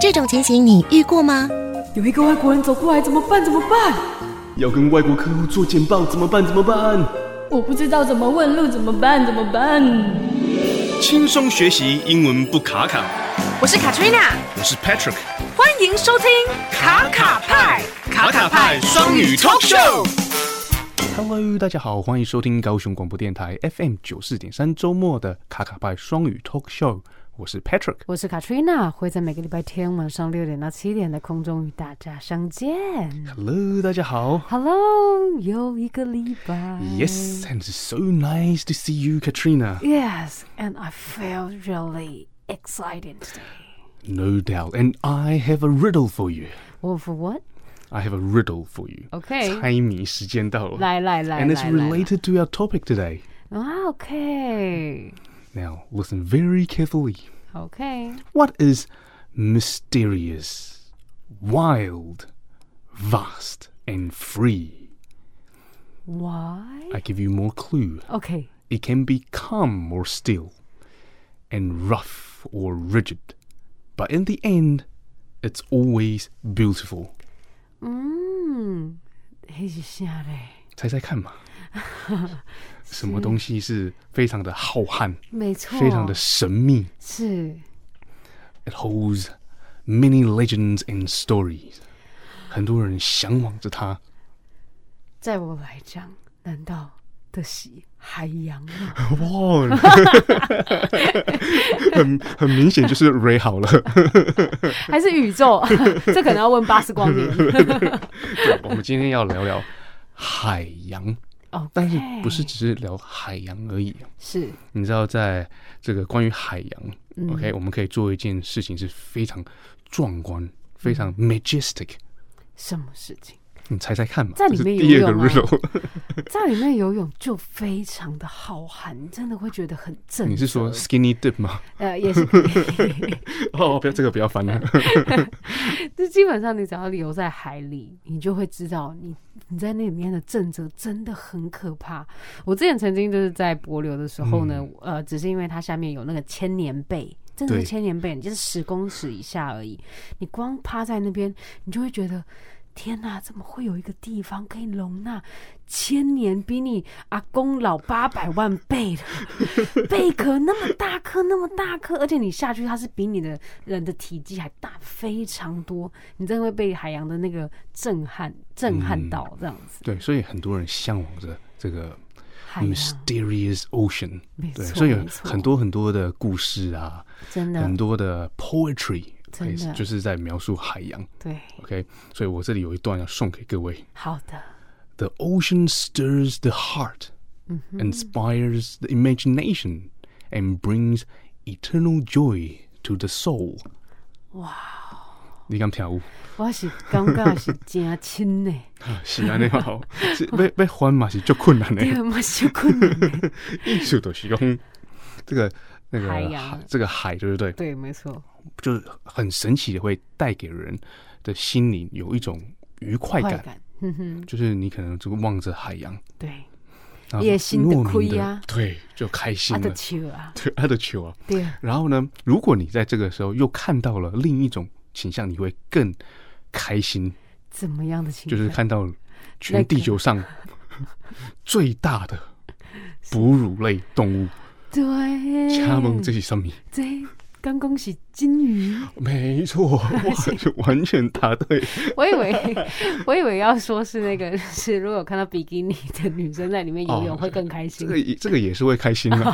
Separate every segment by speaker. Speaker 1: 这种情形你遇过吗？
Speaker 2: 有一个外国人走过来，怎么办？怎么办？
Speaker 3: 要跟外国客户做简报怎么办？怎么办？
Speaker 4: 我不知道怎么问路，怎么办？怎么办？
Speaker 5: 轻松学习英文不卡卡。
Speaker 6: 我是 Katrina，
Speaker 5: 我是 Patrick，
Speaker 6: 欢迎收听卡卡派
Speaker 5: 卡卡派双语 talk show。
Speaker 3: Hello，大家好，欢迎收听高雄广播电台 FM 九四点三周末的卡卡派双语 talk show，我是 Patrick。
Speaker 7: 我是 Katrina，会在每个礼拜天晚上六点到七点的空中与大家相见。
Speaker 3: Hello，大家好。
Speaker 7: Hello，又一个礼拜。
Speaker 3: Yes, and it's so nice to see you, Katrina.
Speaker 7: Yes, and I feel really excited today.
Speaker 3: No doubt. And I have a riddle for you.
Speaker 7: Well, for what?
Speaker 3: I have a riddle for you.
Speaker 7: Okay.
Speaker 3: 猜谜时间到了。
Speaker 7: 来来来
Speaker 3: And it's
Speaker 7: 来来
Speaker 3: related to our topic today.
Speaker 7: 啊，OK，OK。
Speaker 3: Now, listen very carefully.
Speaker 7: OK，OK
Speaker 3: What is mysterious, wild, vast, and free?
Speaker 7: Why?
Speaker 3: I give you more clue.
Speaker 7: OK，
Speaker 3: It can be calm or still, and rough or rigid. But in the end, it's always beautiful.
Speaker 7: 嗯，黑是啥嘞？
Speaker 3: 猜猜看嘛，什么东西是非常的浩瀚，
Speaker 7: 没错，
Speaker 3: 非常的神秘
Speaker 7: 是
Speaker 3: ？It holds many legends and stories. 很多人向往着它。
Speaker 7: 在我来讲，难道的是海洋吗？
Speaker 3: 哇， 很很明显就是 Ray 好了。
Speaker 7: 还是宇宙？这可能要问巴斯光 年。
Speaker 3: 对， 我们今天要聊聊海洋，
Speaker 7: 哦 OK，
Speaker 3: 但是不是只是聊海洋而已。
Speaker 7: 是
Speaker 3: 你知道，在这个关于海洋、o k 我们可以做一件事情是非常壮观、非常 majestic。
Speaker 7: 什么事情？
Speaker 3: 你猜猜看嘛？
Speaker 7: 在里
Speaker 3: 这是
Speaker 7: 面
Speaker 3: 第
Speaker 7: 游
Speaker 3: 二个
Speaker 7: 泳啊
Speaker 3: riddle，
Speaker 7: 在里面游泳就非常的浩瀚，你真的会觉得很震慑。
Speaker 3: 你是说 skinny dip 吗？
Speaker 7: 呃，也是可以。
Speaker 3: 哦，不要这个，不要翻了。
Speaker 7: 就基本上你只要游在海里，你就会知道你你在那里面的震折真的很可怕。我之前曾经就是在柏流的时候呢，呃，只是因为它下面有那个千年贝。真的
Speaker 3: 对
Speaker 7: 是千年贝，你就是十公尺以下而已。你光趴在那边，你就会觉得，天哪，怎么会有一个地方可以容纳千年比你阿公老八百万倍的 贝壳那么大颗，那么大颗，而且你下去它是比你的人的体积还大非常多，你真的会被海洋的那个震撼震撼到这样子。
Speaker 3: 对，所以很多人向往着这个
Speaker 7: 海
Speaker 3: 嗯
Speaker 7: 洋
Speaker 3: mysterious ocean，
Speaker 7: 没
Speaker 3: 对，
Speaker 7: 错
Speaker 3: 所以有
Speaker 7: 没错
Speaker 3: 很多很多的故事啊，
Speaker 7: 真的
Speaker 3: 很多的 poetry，哎
Speaker 7: 真的
Speaker 3: 就是在描述海洋。
Speaker 7: 对，
Speaker 3: OK，所以我这里有一段要送给各位
Speaker 7: 好的，
Speaker 3: ：The ocean stirs the heart,
Speaker 7: 嗯
Speaker 3: inspires the imagination, and brings eternal joy to the soul。哇！你敢跳舞？
Speaker 7: 我是感觉是真亲呢，
Speaker 3: 是安尼好，是要要翻嘛是足困难的。
Speaker 7: 对，嘛是 困难呢，
Speaker 3: 艺术都是用这个那个
Speaker 7: 海洋
Speaker 3: 这个海，对不对？
Speaker 7: 对，没错，
Speaker 3: 就是很神奇的，会带给人的心里有一种愉快
Speaker 7: 快
Speaker 3: 感，
Speaker 7: 感，哼哼，
Speaker 3: 就是你可能就望着海洋，
Speaker 7: 对，
Speaker 3: 然后
Speaker 7: 夜心的
Speaker 3: 莫名
Speaker 7: 亏啊
Speaker 3: 的，对，就开心
Speaker 7: 啊
Speaker 3: 了
Speaker 7: 的，球啊，
Speaker 3: 对，他的球啊。
Speaker 7: 对，
Speaker 3: 然后呢，如果你在这个时候又看到了另一种倾向，你会更开心，
Speaker 7: 怎么样的情
Speaker 3: 就是
Speaker 7: 感
Speaker 3: 看到
Speaker 7: 那
Speaker 3: 全
Speaker 7: 个
Speaker 3: 地球上 最大的哺乳类动物，
Speaker 7: 对，
Speaker 3: 恰蒙这些上面。
Speaker 7: 这刚恭喜金鱼，
Speaker 3: 没错， 哇，完全答 对。
Speaker 7: 我以为我以为要说是那个， 就是如果有看到比基尼的女生在里面游泳
Speaker 3: 哦
Speaker 7: 会更开心
Speaker 3: 这。个也这个也是会开心的，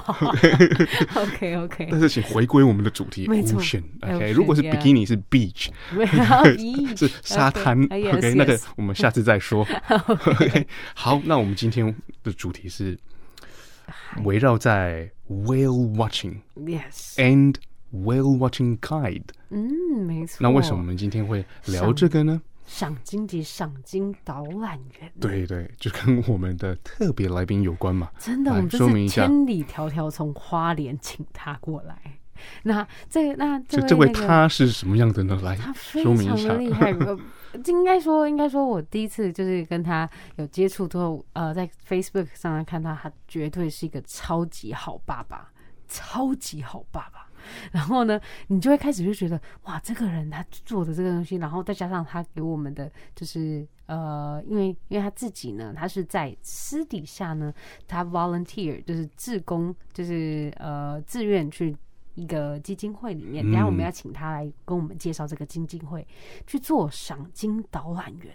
Speaker 7: OK OK，
Speaker 3: 但是请回归我们的主题
Speaker 7: 没错
Speaker 3: ocean。OK，
Speaker 7: Ocean，
Speaker 3: 如果是
Speaker 7: yeah
Speaker 3: 比基尼是 beach，
Speaker 7: 没
Speaker 3: 啊
Speaker 7: 有
Speaker 3: 是沙滩。OK，那个
Speaker 7: 啊
Speaker 3: 我们下次再说。OK，好，那我们今天的主题是围绕在 whale watching
Speaker 7: yes，
Speaker 3: and whale watching guide。
Speaker 7: 嗯，没错。
Speaker 3: 那为什么我们今天会聊这个呢？
Speaker 7: 赏金及赏金导览员？，
Speaker 3: 对对，就跟我们的特别来宾有关嘛。
Speaker 7: 真的，
Speaker 3: 来
Speaker 7: 我们这
Speaker 3: 说明一
Speaker 7: 是
Speaker 3: 下
Speaker 7: 千里迢迢从花莲请他过来。 那这那这
Speaker 3: 这
Speaker 7: 位
Speaker 3: 这位
Speaker 7: 那个
Speaker 3: 他是什么样的呢？来
Speaker 7: 他非
Speaker 3: 说明
Speaker 7: 常
Speaker 3: 一下
Speaker 7: 的。厉害，呃应该说，应该说，我第一次就是跟他有接触之后，呃，在 Facebook 上看到他，绝对是一个超级好爸爸，超级好爸爸。然后呢，你就会开始就觉得哇，这个人他做的这个东西，然后再加上他给我们的就是呃，因为因为他自己呢，他是在私底下呢，他 volunteer 就是志工，就是呃自愿去。一个基金会里面，等一下我们
Speaker 3: 嗯
Speaker 7: 要请他来跟我们介绍这个基金会，去做赏金导览员。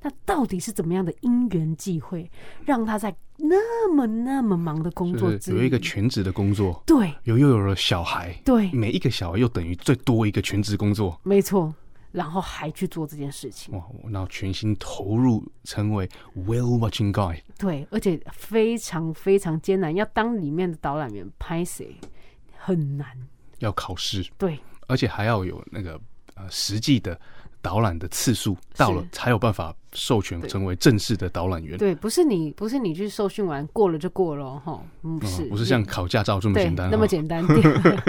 Speaker 7: 那到底是怎么样的因缘际会，让他在那么那么忙的工作
Speaker 3: 就是
Speaker 7: 之
Speaker 3: 有一个
Speaker 7: 余
Speaker 3: 全职的工作，
Speaker 7: 对
Speaker 3: 有又有了小孩，
Speaker 7: 对
Speaker 3: 每一个小孩又等于最多一个全职工作，
Speaker 7: 没错，然后还去做这件事情，
Speaker 3: 哇！然后全心投入，成为 well watching guy，
Speaker 7: 对，而且非常非常艰难，要当里面的导览员拍谁很难，
Speaker 3: 要考试，
Speaker 7: 对
Speaker 3: 而且还要有那个呃实际的导览的次数到了，才有办法授权成为正式的导览员。
Speaker 7: 对，不是你不是你去受训完过了就过了哦吼，嗯，不
Speaker 3: 嗯
Speaker 7: 是
Speaker 3: 不是像考驾照这么
Speaker 7: 对，
Speaker 3: 简单，
Speaker 7: 那么
Speaker 3: 哈
Speaker 7: 简单，对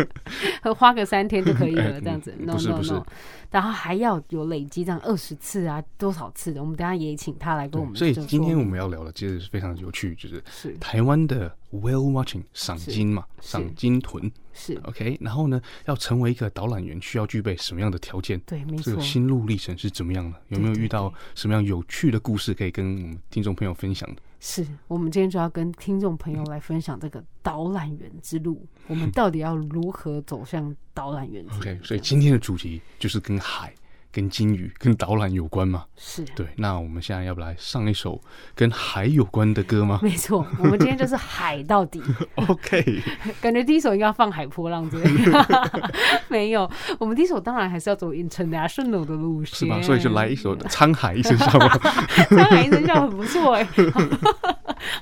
Speaker 7: 花个三天就可以了，
Speaker 3: 嗯
Speaker 7: 这样子。No
Speaker 3: 不是
Speaker 7: no
Speaker 3: 不是
Speaker 7: no，然后还要有累积这样二十次啊，多少次的？我们等一下也请他来跟我们
Speaker 3: 所以
Speaker 7: 就
Speaker 3: 今天
Speaker 7: 说
Speaker 3: 我们要聊的其实是非常有趣，就是
Speaker 7: 是
Speaker 3: 台湾的 whale watching 赏金嘛，
Speaker 7: 是
Speaker 3: 赏金豚。
Speaker 7: 是
Speaker 3: OK，然后呢，要成为一个导览员，需要具备什么样的条件？
Speaker 7: 对，没
Speaker 3: 这
Speaker 7: 错
Speaker 3: 个，心路历程是怎么样的？有没有遇到什么样有趣的故事可以跟我们听众朋友分享的？
Speaker 7: 是我们今天就要跟听众朋友来分享这个导览员之路，我们到底要如何走向导览员之路
Speaker 3: OK，所以今天的主题就是跟海、跟金鱼、跟导览有关嘛。
Speaker 7: 是
Speaker 3: 对，那我们现在要不来上一首跟海有关的歌 吗
Speaker 7: 没错，我们今天就是海到底。
Speaker 3: ？OK，
Speaker 7: 感觉第一首应该要放海波浪之 类的，没有，我们第一首当然还是要走 international 的路线，
Speaker 3: 是吧？所以就来一首《沧海一声笑》吧。
Speaker 7: 沧海一声笑很不 错哎、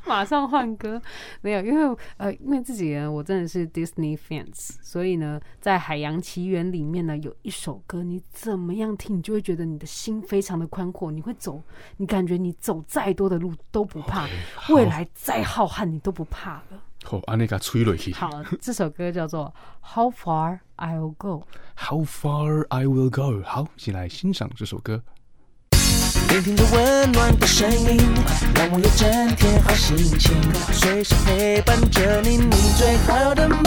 Speaker 7: 马上换歌。没有，因为呃，因为自己呢，我真的是 Disney fans，所以呢，在《海洋奇缘》里面呢，有一首歌，你怎么样听，你就会觉得你的心非常的宽阔，你会走，你感觉你走再多的路都不怕
Speaker 3: OK，好
Speaker 7: 未来再浩瀚你都不怕了。
Speaker 3: 好，安内给吹落去。
Speaker 7: 好，这首歌叫做《How Far I'll Go》。
Speaker 3: How far I will go？好，一起来欣赏这首歌。
Speaker 8: 聆听着温暖的声音，让我有整天好心情，随时陪伴着你，你最好的麦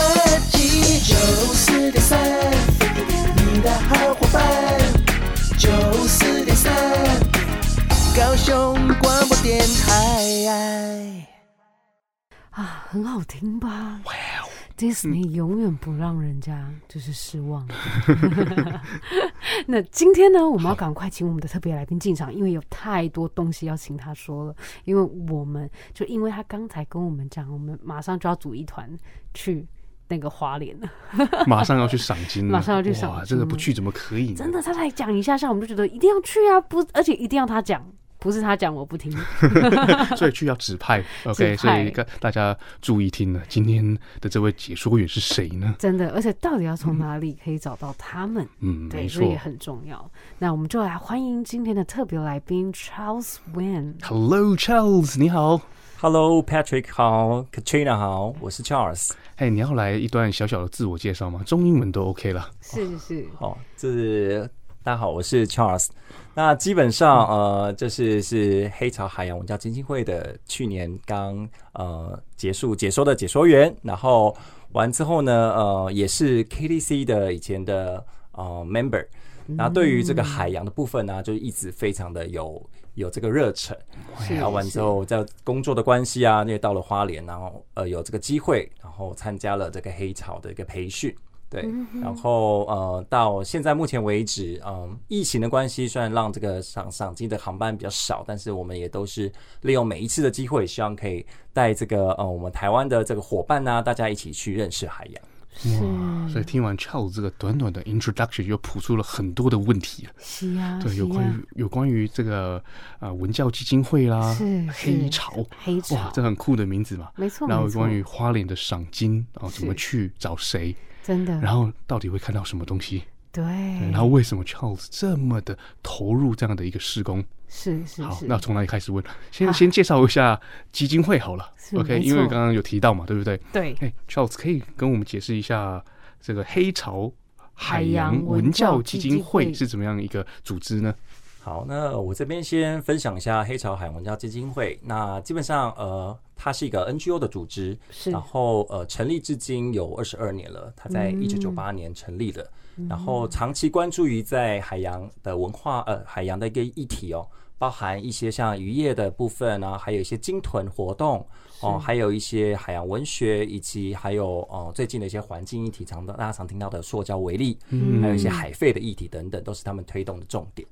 Speaker 8: 基九四点三，你的好伙伴，九四点三，高雄广播电台。
Speaker 7: 啊，很好听吧？Disney 永远不让人家就是失望。 那今天呢，我们要赶快请我们的特别来宾进场，因为有太多东西要请他说了。因为我们就因为他刚才跟我们讲，我们马上就要组一团去那个花莲了。
Speaker 3: 马上要去赏金了，
Speaker 7: 马上要去赏
Speaker 3: 哇，
Speaker 7: 金
Speaker 3: 这个不
Speaker 7: 了
Speaker 3: 去怎么可以呢？
Speaker 7: 真的，他才讲一下下，我们就觉得一定要去啊！不，而且一定要他讲，不是他讲我不听。
Speaker 3: 所以去要指 派，OK，
Speaker 7: 指派
Speaker 3: 所以看大家注意听了，今天的这位解说员是谁呢？
Speaker 7: 真的，而且到底要从哪里可以找到他们？
Speaker 3: 嗯，
Speaker 7: 对，
Speaker 3: 没
Speaker 7: 这
Speaker 3: 错
Speaker 7: 也。很重要。那我们就来欢迎今天的特别来宾 Charles Wen。
Speaker 3: Hello Charles，你好，
Speaker 9: Hello Patrick 好，Katrina 好，我是 Charles。
Speaker 3: 哎、你要来一段小小的自我介绍吗？中英文都 OK 了。
Speaker 7: 是是是，
Speaker 9: 哦，这是大家好，我是 Charles。那基本上呃，这是是黑潮海洋文教基金会的去年刚呃结束解说的解说员，然后完之后呢，呃，也是 KDC 的以前的呃 member。那对于这个海洋的部分呢、就一直非常的有有这个热忱。
Speaker 7: 是
Speaker 9: 然后完之后，在工作的关系啊，因为到了花莲，然后呃有这个机会，然后参加了这个黑潮的一个培训，对，然后呃到现在目前为止，嗯、疫情的关系虽然让这个赏赏金的航班比较少，但是我们也都是利用每一次的机会，希望可以带这个呃我们台湾的这个伙伴呢、啊大家一起去认识海洋。
Speaker 7: 嗯
Speaker 3: 哇，所以听完 Charles 这个短短的 introduction，又谱出了很多的问题了。
Speaker 7: 是啊，
Speaker 3: 对，
Speaker 7: 是
Speaker 3: 有关
Speaker 7: 啊
Speaker 3: 于有关于这个呃文教基金会啦
Speaker 7: 是，
Speaker 3: 黑
Speaker 7: 是
Speaker 3: 潮，
Speaker 7: 黑潮
Speaker 3: 哇，这很酷的名字嘛。
Speaker 7: 没错
Speaker 3: 然后
Speaker 7: 没
Speaker 3: 有
Speaker 7: 错
Speaker 3: 关于花莲的赏金哦，怎么
Speaker 7: 是
Speaker 3: 去找谁，
Speaker 7: 真的，
Speaker 3: 然后到底会看到什么东西？
Speaker 7: 对，
Speaker 3: 对，然后为什么 Charles 这么的投入这样的一个施工？
Speaker 7: 是是
Speaker 3: 好，
Speaker 7: 是，
Speaker 3: 那从哪里开始问？先先介绍一下基金会好了
Speaker 7: 是
Speaker 3: ，OK？
Speaker 7: 没
Speaker 3: 因为
Speaker 7: 错
Speaker 3: 刚刚有提到嘛，对不对？
Speaker 7: 对
Speaker 3: 哎，Charles 可以跟我们解释一下这个黑潮海
Speaker 7: 海洋
Speaker 3: 洋
Speaker 7: 文
Speaker 3: 文
Speaker 7: 教
Speaker 3: 教基
Speaker 7: 基
Speaker 3: 金
Speaker 7: 金
Speaker 3: 会
Speaker 7: 会
Speaker 3: 是怎么样一个组织呢？
Speaker 9: 好，那我这边先分享一下黑潮海文教基金会。那基本上，呃，它是一个 NGO 的组织，
Speaker 7: 是
Speaker 9: 然后呃，成立至今有二十二年了。它在一九九八年成立的，然后长期关注于在海洋的文化，呃，海洋的一个议题哦，包含一些像渔业的部分啊，还有一些鲸豚活动哦，还有一些海洋文学，以及还有呃最近的一些环境议题，常大家常听到的塑胶为例，还有一些海废的议题等等，都是他们推动的重点。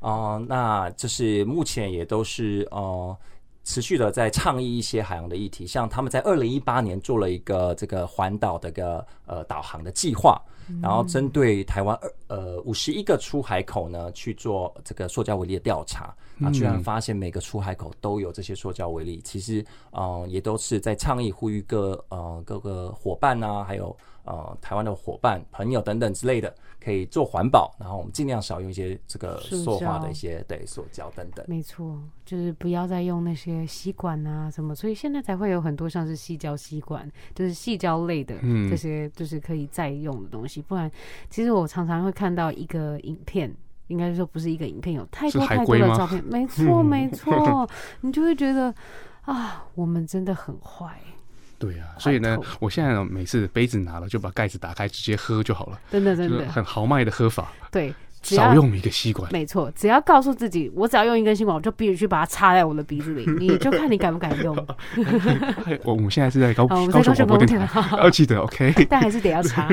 Speaker 9: 哦、那就是目前也都是呃持续的在倡议一些海洋的议题，像他们在二零一八年做了一个这个环岛的一个呃导航的计划，
Speaker 7: 嗯
Speaker 9: 然后针对台湾二呃五十一个出海口呢去做这个塑胶微粒的调查，
Speaker 7: 嗯
Speaker 9: 啊，居然发现每个出海口都有这些塑胶微粒，其实呃也都是在倡议呼吁各呃各个伙伴啊，还有呃台湾的伙伴、朋友等等之类的，可以做环保，然后我们尽量少用一些这个塑
Speaker 7: 塑
Speaker 9: 化
Speaker 7: 胶
Speaker 9: 的一些对塑胶等等。
Speaker 7: 没错，就是不要再用那些吸管啊什么，所以现在才会有很多像是细胶吸管，就是细胶类的
Speaker 3: 嗯
Speaker 7: 这些，就是可以再用的东西。不然，其实我常常会看到一个影片。应该说不是一个影片，有太
Speaker 3: 是
Speaker 7: 多
Speaker 3: 海
Speaker 7: 太多
Speaker 3: 龟
Speaker 7: 的
Speaker 3: 吗嗯
Speaker 7: 照片，没错没错，你就会觉得啊，我们真的很坏，
Speaker 3: 对啊，所以呢
Speaker 7: 好痛，
Speaker 3: 我现在呢每次杯子拿了就把盖子打开直接喝就好了，
Speaker 7: 真的
Speaker 3: 就
Speaker 7: 真
Speaker 3: 是
Speaker 7: 的，
Speaker 3: 很豪迈的喝法，
Speaker 7: 对，只
Speaker 3: 少
Speaker 7: 要
Speaker 3: 用一个吸管。
Speaker 7: 没错，只要告诉自己，我只要用一根吸管，我就必须去把它插在我的鼻子里，你就看你敢不敢 用。
Speaker 3: 哎我我们现在是在高
Speaker 7: 好我们在
Speaker 3: 高雄
Speaker 7: 高雄
Speaker 3: 广播
Speaker 7: 广播
Speaker 3: 电
Speaker 7: 电
Speaker 3: 台，要记得 OK
Speaker 7: 但还是得 要插。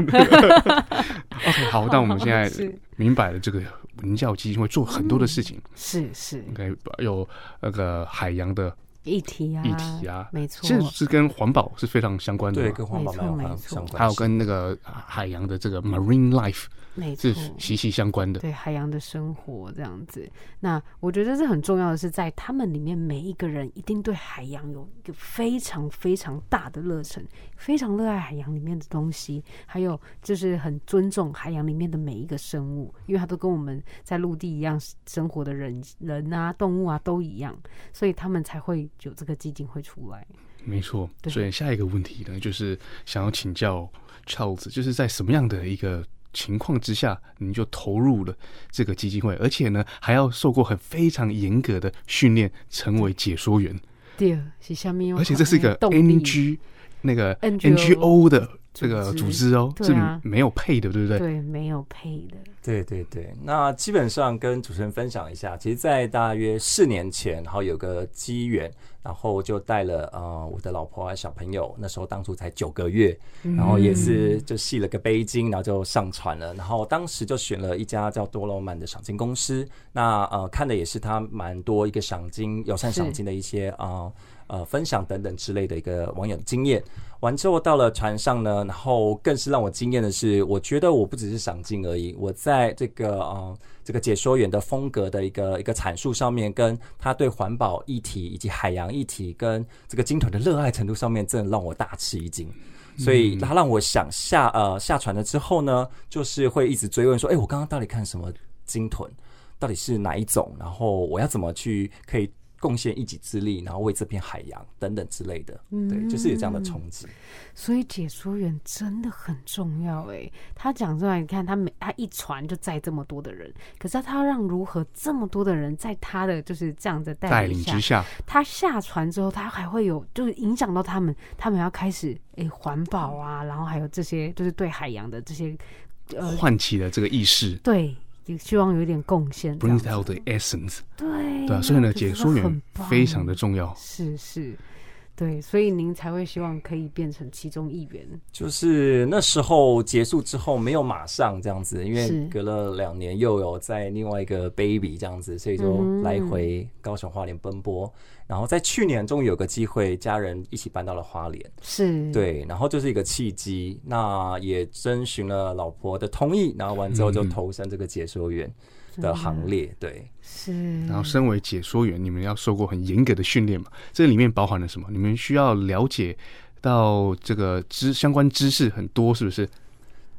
Speaker 3: OK 好，那我们现在
Speaker 7: 是嗯
Speaker 3: 明白了这个文教基金会做很多的事情
Speaker 7: 是是，
Speaker 3: ，OK 有那个海洋的
Speaker 7: 议题啊，
Speaker 3: 议题啊，
Speaker 7: 没错，
Speaker 3: 其实是跟环保是非常相关的
Speaker 9: 对，
Speaker 3: 嘛，
Speaker 9: 跟环保蛮有
Speaker 7: 没错
Speaker 9: 关
Speaker 7: 没错
Speaker 9: 相关系。
Speaker 3: 还有跟那个海洋的这个 marine life
Speaker 7: 没错
Speaker 3: 是，息息相关的。
Speaker 7: 对海洋的生活这样子。那我觉得这很重要的是，在他们里面每一个人一定对海洋有一个非常非常大的热忱，非常热爱海洋里面的东西，还有就是很尊重海洋里面的每一个生物，因为它都跟我们在陆地一样生活的人人啊、动物啊都一样，所以他们才会有这个基金会出来。
Speaker 3: 没错，
Speaker 7: 对
Speaker 3: 所以下一个问题呢，就是想要请教 Charles，就是在什么样的一个情况之下，您就投入了这个基金会，而且呢，还要受过很非常严格的训练，成为解说员，
Speaker 7: 第二是下面有
Speaker 3: 而且这是一个
Speaker 7: 动力
Speaker 3: NG 那个
Speaker 7: NGO
Speaker 3: NGO 的这个组织哦，
Speaker 7: 对
Speaker 3: 是
Speaker 7: 啊
Speaker 3: 没有配的，对不对？
Speaker 7: 对没有配的，
Speaker 9: 对对对，那基本上跟主持人分享一下，其实，在大约四年前，然后有个机缘，然后就带了呃我的老婆啊小朋友，那时候当初才九个月，然后也是就系了个背巾，然后就上船了，然后当时就选了一家叫多罗曼的赏金公司，那呃看的也是他蛮多一个赏金友善赏金的一些啊。呃呃分享等等之类的一个网友经验。完之后到了船上呢，然后更是让我惊艳的是，我觉得我不只是赏金而已，我在这个呃这个解说员的风格的一个一个阐述上面，跟他对环保议题以及海洋议题跟这个鲸豚的热爱程度上面，真的让我大吃一惊。所以他让我想下呃下船了之后呢，就是会一直追问说，哎、我刚刚到底看什么鲸豚？到底是哪一种？然后我要怎么去可以贡献一己之力，然后为这片海洋等等之类的，对，就是有这样的冲击。
Speaker 7: 所以解说员真的很重要诶，他讲出来，你看他每他一船就载这么多的人，可是他要让如何这么多的人在他的就是这样的带
Speaker 3: 带
Speaker 7: 领
Speaker 3: 领
Speaker 7: 下
Speaker 3: 之，下，
Speaker 7: 他下船之后，他还会有就是影响到他们，他们要开始诶环保
Speaker 3: 嗯
Speaker 7: 啊，然后还有这些就是对海洋的这些呃
Speaker 3: 唤起了这个意识
Speaker 7: 对，也希望有一点贡献这样
Speaker 3: ，brings
Speaker 7: 子。哎
Speaker 3: out the essence，
Speaker 7: 对
Speaker 3: 对啊，所以呢，
Speaker 7: 我觉
Speaker 3: 解
Speaker 7: 得
Speaker 3: 说
Speaker 7: 很
Speaker 3: 员
Speaker 7: 棒
Speaker 3: 非常的重要。
Speaker 7: 是是，对，所以您才会希望可以变成其中一员。
Speaker 9: 就是那时候结束之后没有马上这样子，因
Speaker 7: 是
Speaker 9: 为隔了两年又有在另外一个 baby 这样子，所以就来回高雄花莲奔波。然后在去年终于有个机会，家人一起搬到了花莲，
Speaker 7: 是，
Speaker 9: 对，然后就是一个契机，那也征询了老婆的同意，然后完之后
Speaker 3: 嗯
Speaker 9: 就投身这个解说员的行列，对。
Speaker 7: 是，
Speaker 3: 然后，身为解说员，你们要受过很严格的训练嘛？这里面包含了什么？你们需要了解到这个知相关知识很多，是不是？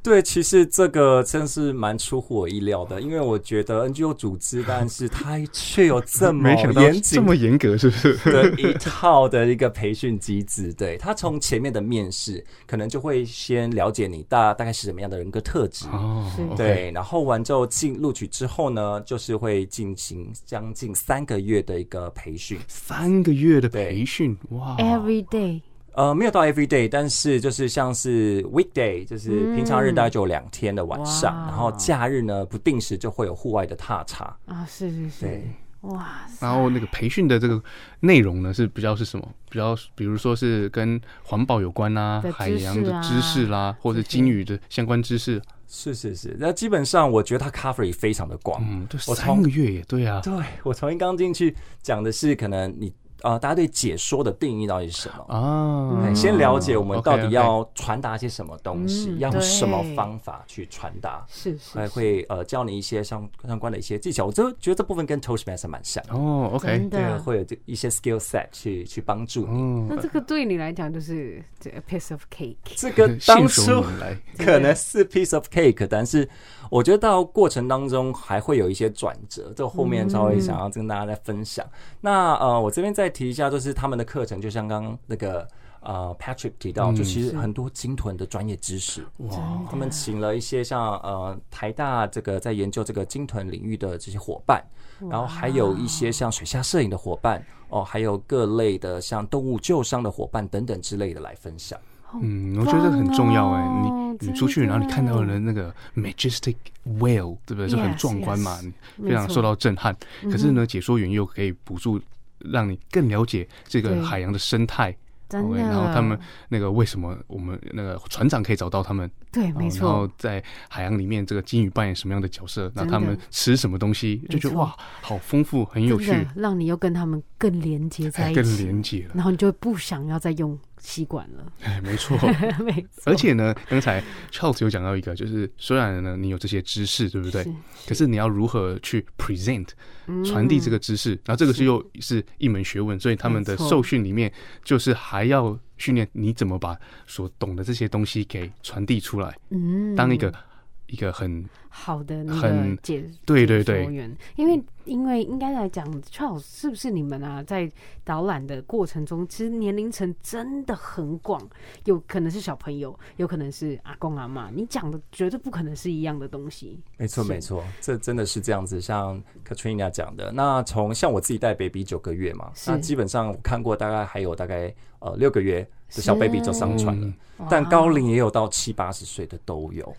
Speaker 9: 对，其实这个真是蛮出乎我意料的，因为我觉得 NGO 组织，但是它却有这么
Speaker 3: 没想到
Speaker 9: 严
Speaker 3: 这
Speaker 9: 谨
Speaker 3: 么严格，是不 是？
Speaker 9: 的一套的一个培训机制。对他从前面的面试，可能就会先了解你大大概是什么样的人格特质。
Speaker 3: 哦
Speaker 7: 是，
Speaker 9: 对，然后完之后进录取之后呢，就是会进行将近三个月的一个培训，
Speaker 3: 三个月的
Speaker 9: 对
Speaker 3: 培训，哇
Speaker 7: Every day，
Speaker 9: 呃，没有到 every day，但是就是像是 weekday，就是平常日大概就有两天的晚上，
Speaker 7: 嗯哇
Speaker 9: 然后假日呢不定时就会有户外的踏查。
Speaker 7: 啊，是是是
Speaker 9: 对，，
Speaker 7: 哇塞，
Speaker 3: 然后那个培训的这个内容呢，是比较是什么？比较比如说是跟环保有关啦、
Speaker 7: 的
Speaker 3: 海
Speaker 7: 知识
Speaker 3: 洋的
Speaker 7: 啊
Speaker 3: 知识啦、或者金鱼的相关知识。
Speaker 9: 是是是，那基本上我觉得它 cover 也非常的广。
Speaker 3: 嗯，这
Speaker 9: 我
Speaker 3: 三
Speaker 9: 从
Speaker 3: 个月也对啊。
Speaker 9: 对我从一刚进去讲的是可能你啊、呃大家对解说的定义到底是什么？
Speaker 3: 啊，
Speaker 9: 哎先了解我们
Speaker 3: OK，
Speaker 9: 到底
Speaker 3: OK
Speaker 9: 要传达些什么东西，
Speaker 7: 嗯
Speaker 9: 要用
Speaker 7: 对
Speaker 9: 什么方法去传达，
Speaker 7: 是是
Speaker 3: 哎
Speaker 9: 还会呃教你一些相相关的一些技巧。我就觉得这部分跟 Toastmaster 蛮像的。
Speaker 3: 哦，OK，
Speaker 7: 真
Speaker 9: 对，啊
Speaker 7: 的。
Speaker 9: 会有这一些 skill set 去去帮助你。
Speaker 3: 嗯，
Speaker 7: 那这个对你来讲就是这 a piece of cake，
Speaker 9: 这个 当
Speaker 3: 呃信手
Speaker 9: 初
Speaker 3: 拈来，
Speaker 9: 可能是 piece of cake，但是我觉得到过程当中还会有一些转折，这后面稍微想要跟大家再分享。那呃，我这边再提一下，就是他们的课程，就像刚刚那个呃 Patrick 提
Speaker 3: 嗯
Speaker 9: 到，就其实很多鲸豚的专业知识，哇，他们请了一些像呃台大这个在研究这个鲸豚领域的这些伙伴，然后还有一些像水下摄影的伙伴。哦，还有各类的像动物救伤的伙伴等等之类的来分享。
Speaker 3: 嗯，我觉得很重要哎、
Speaker 7: 棒哦
Speaker 3: 你
Speaker 7: 真
Speaker 3: 你出去，
Speaker 7: 的
Speaker 3: 然后你看到了那个 majestic whale，对不对？就很
Speaker 7: Yes，
Speaker 3: 壮观嘛
Speaker 7: yes，嗯
Speaker 3: 你非常受到震撼。可是呢，解说员又可以补助，让你更了解这
Speaker 7: 对
Speaker 3: 个海洋的生态。
Speaker 7: 真
Speaker 3: OK，
Speaker 7: 的。
Speaker 3: 然后他们那个为什么我们那个船长可以找到他们？哦
Speaker 7: 对，没
Speaker 3: 然
Speaker 7: 错
Speaker 3: 后，在海洋里面，这个金鱼扮演什么样的角色？那
Speaker 7: 真
Speaker 3: 他
Speaker 7: 的
Speaker 3: 们吃什么东西？就觉得
Speaker 7: 没错
Speaker 3: 哇，好丰富，很有
Speaker 7: 真
Speaker 3: 趣
Speaker 7: 的，让你又跟他们更连接在
Speaker 3: 哎
Speaker 7: 一
Speaker 3: 更
Speaker 7: 起，
Speaker 3: 连接 了。
Speaker 7: 然后你就不想要再用吸管了。
Speaker 3: 哎，没错。
Speaker 7: 没错，
Speaker 3: 而且呢，刚才 Charles 有讲到一个，就是虽然呢你有这些知识，对不对？可是你要如何去 present 传递这个知识，然后这个是又是一门学问，所以他们的
Speaker 7: 没错
Speaker 3: 受训里面就是还要训练你怎么把所懂的这些东西给传递出来，
Speaker 7: 嗯，
Speaker 3: 当一个一个很
Speaker 7: 好的那个
Speaker 3: 很
Speaker 7: 解
Speaker 3: 对对
Speaker 7: 解说
Speaker 3: 对
Speaker 7: 员，因为因为应该来讲，Charles 是不是你们啊，在导览的过程中，其实年龄层真的很广，有可能是小朋友，有可能是阿公阿妈，你讲的绝对不可能是一样的东西。
Speaker 9: 没错，没错，这真的是这样子。像 Katrina 讲的，那从像我自己带 baby 九个月嘛，
Speaker 7: 是
Speaker 9: 那基本上我看过大概还有大概呃六个月的小
Speaker 7: 是嗯
Speaker 9: baby 就上船了，但高龄也有到七八十岁的都有。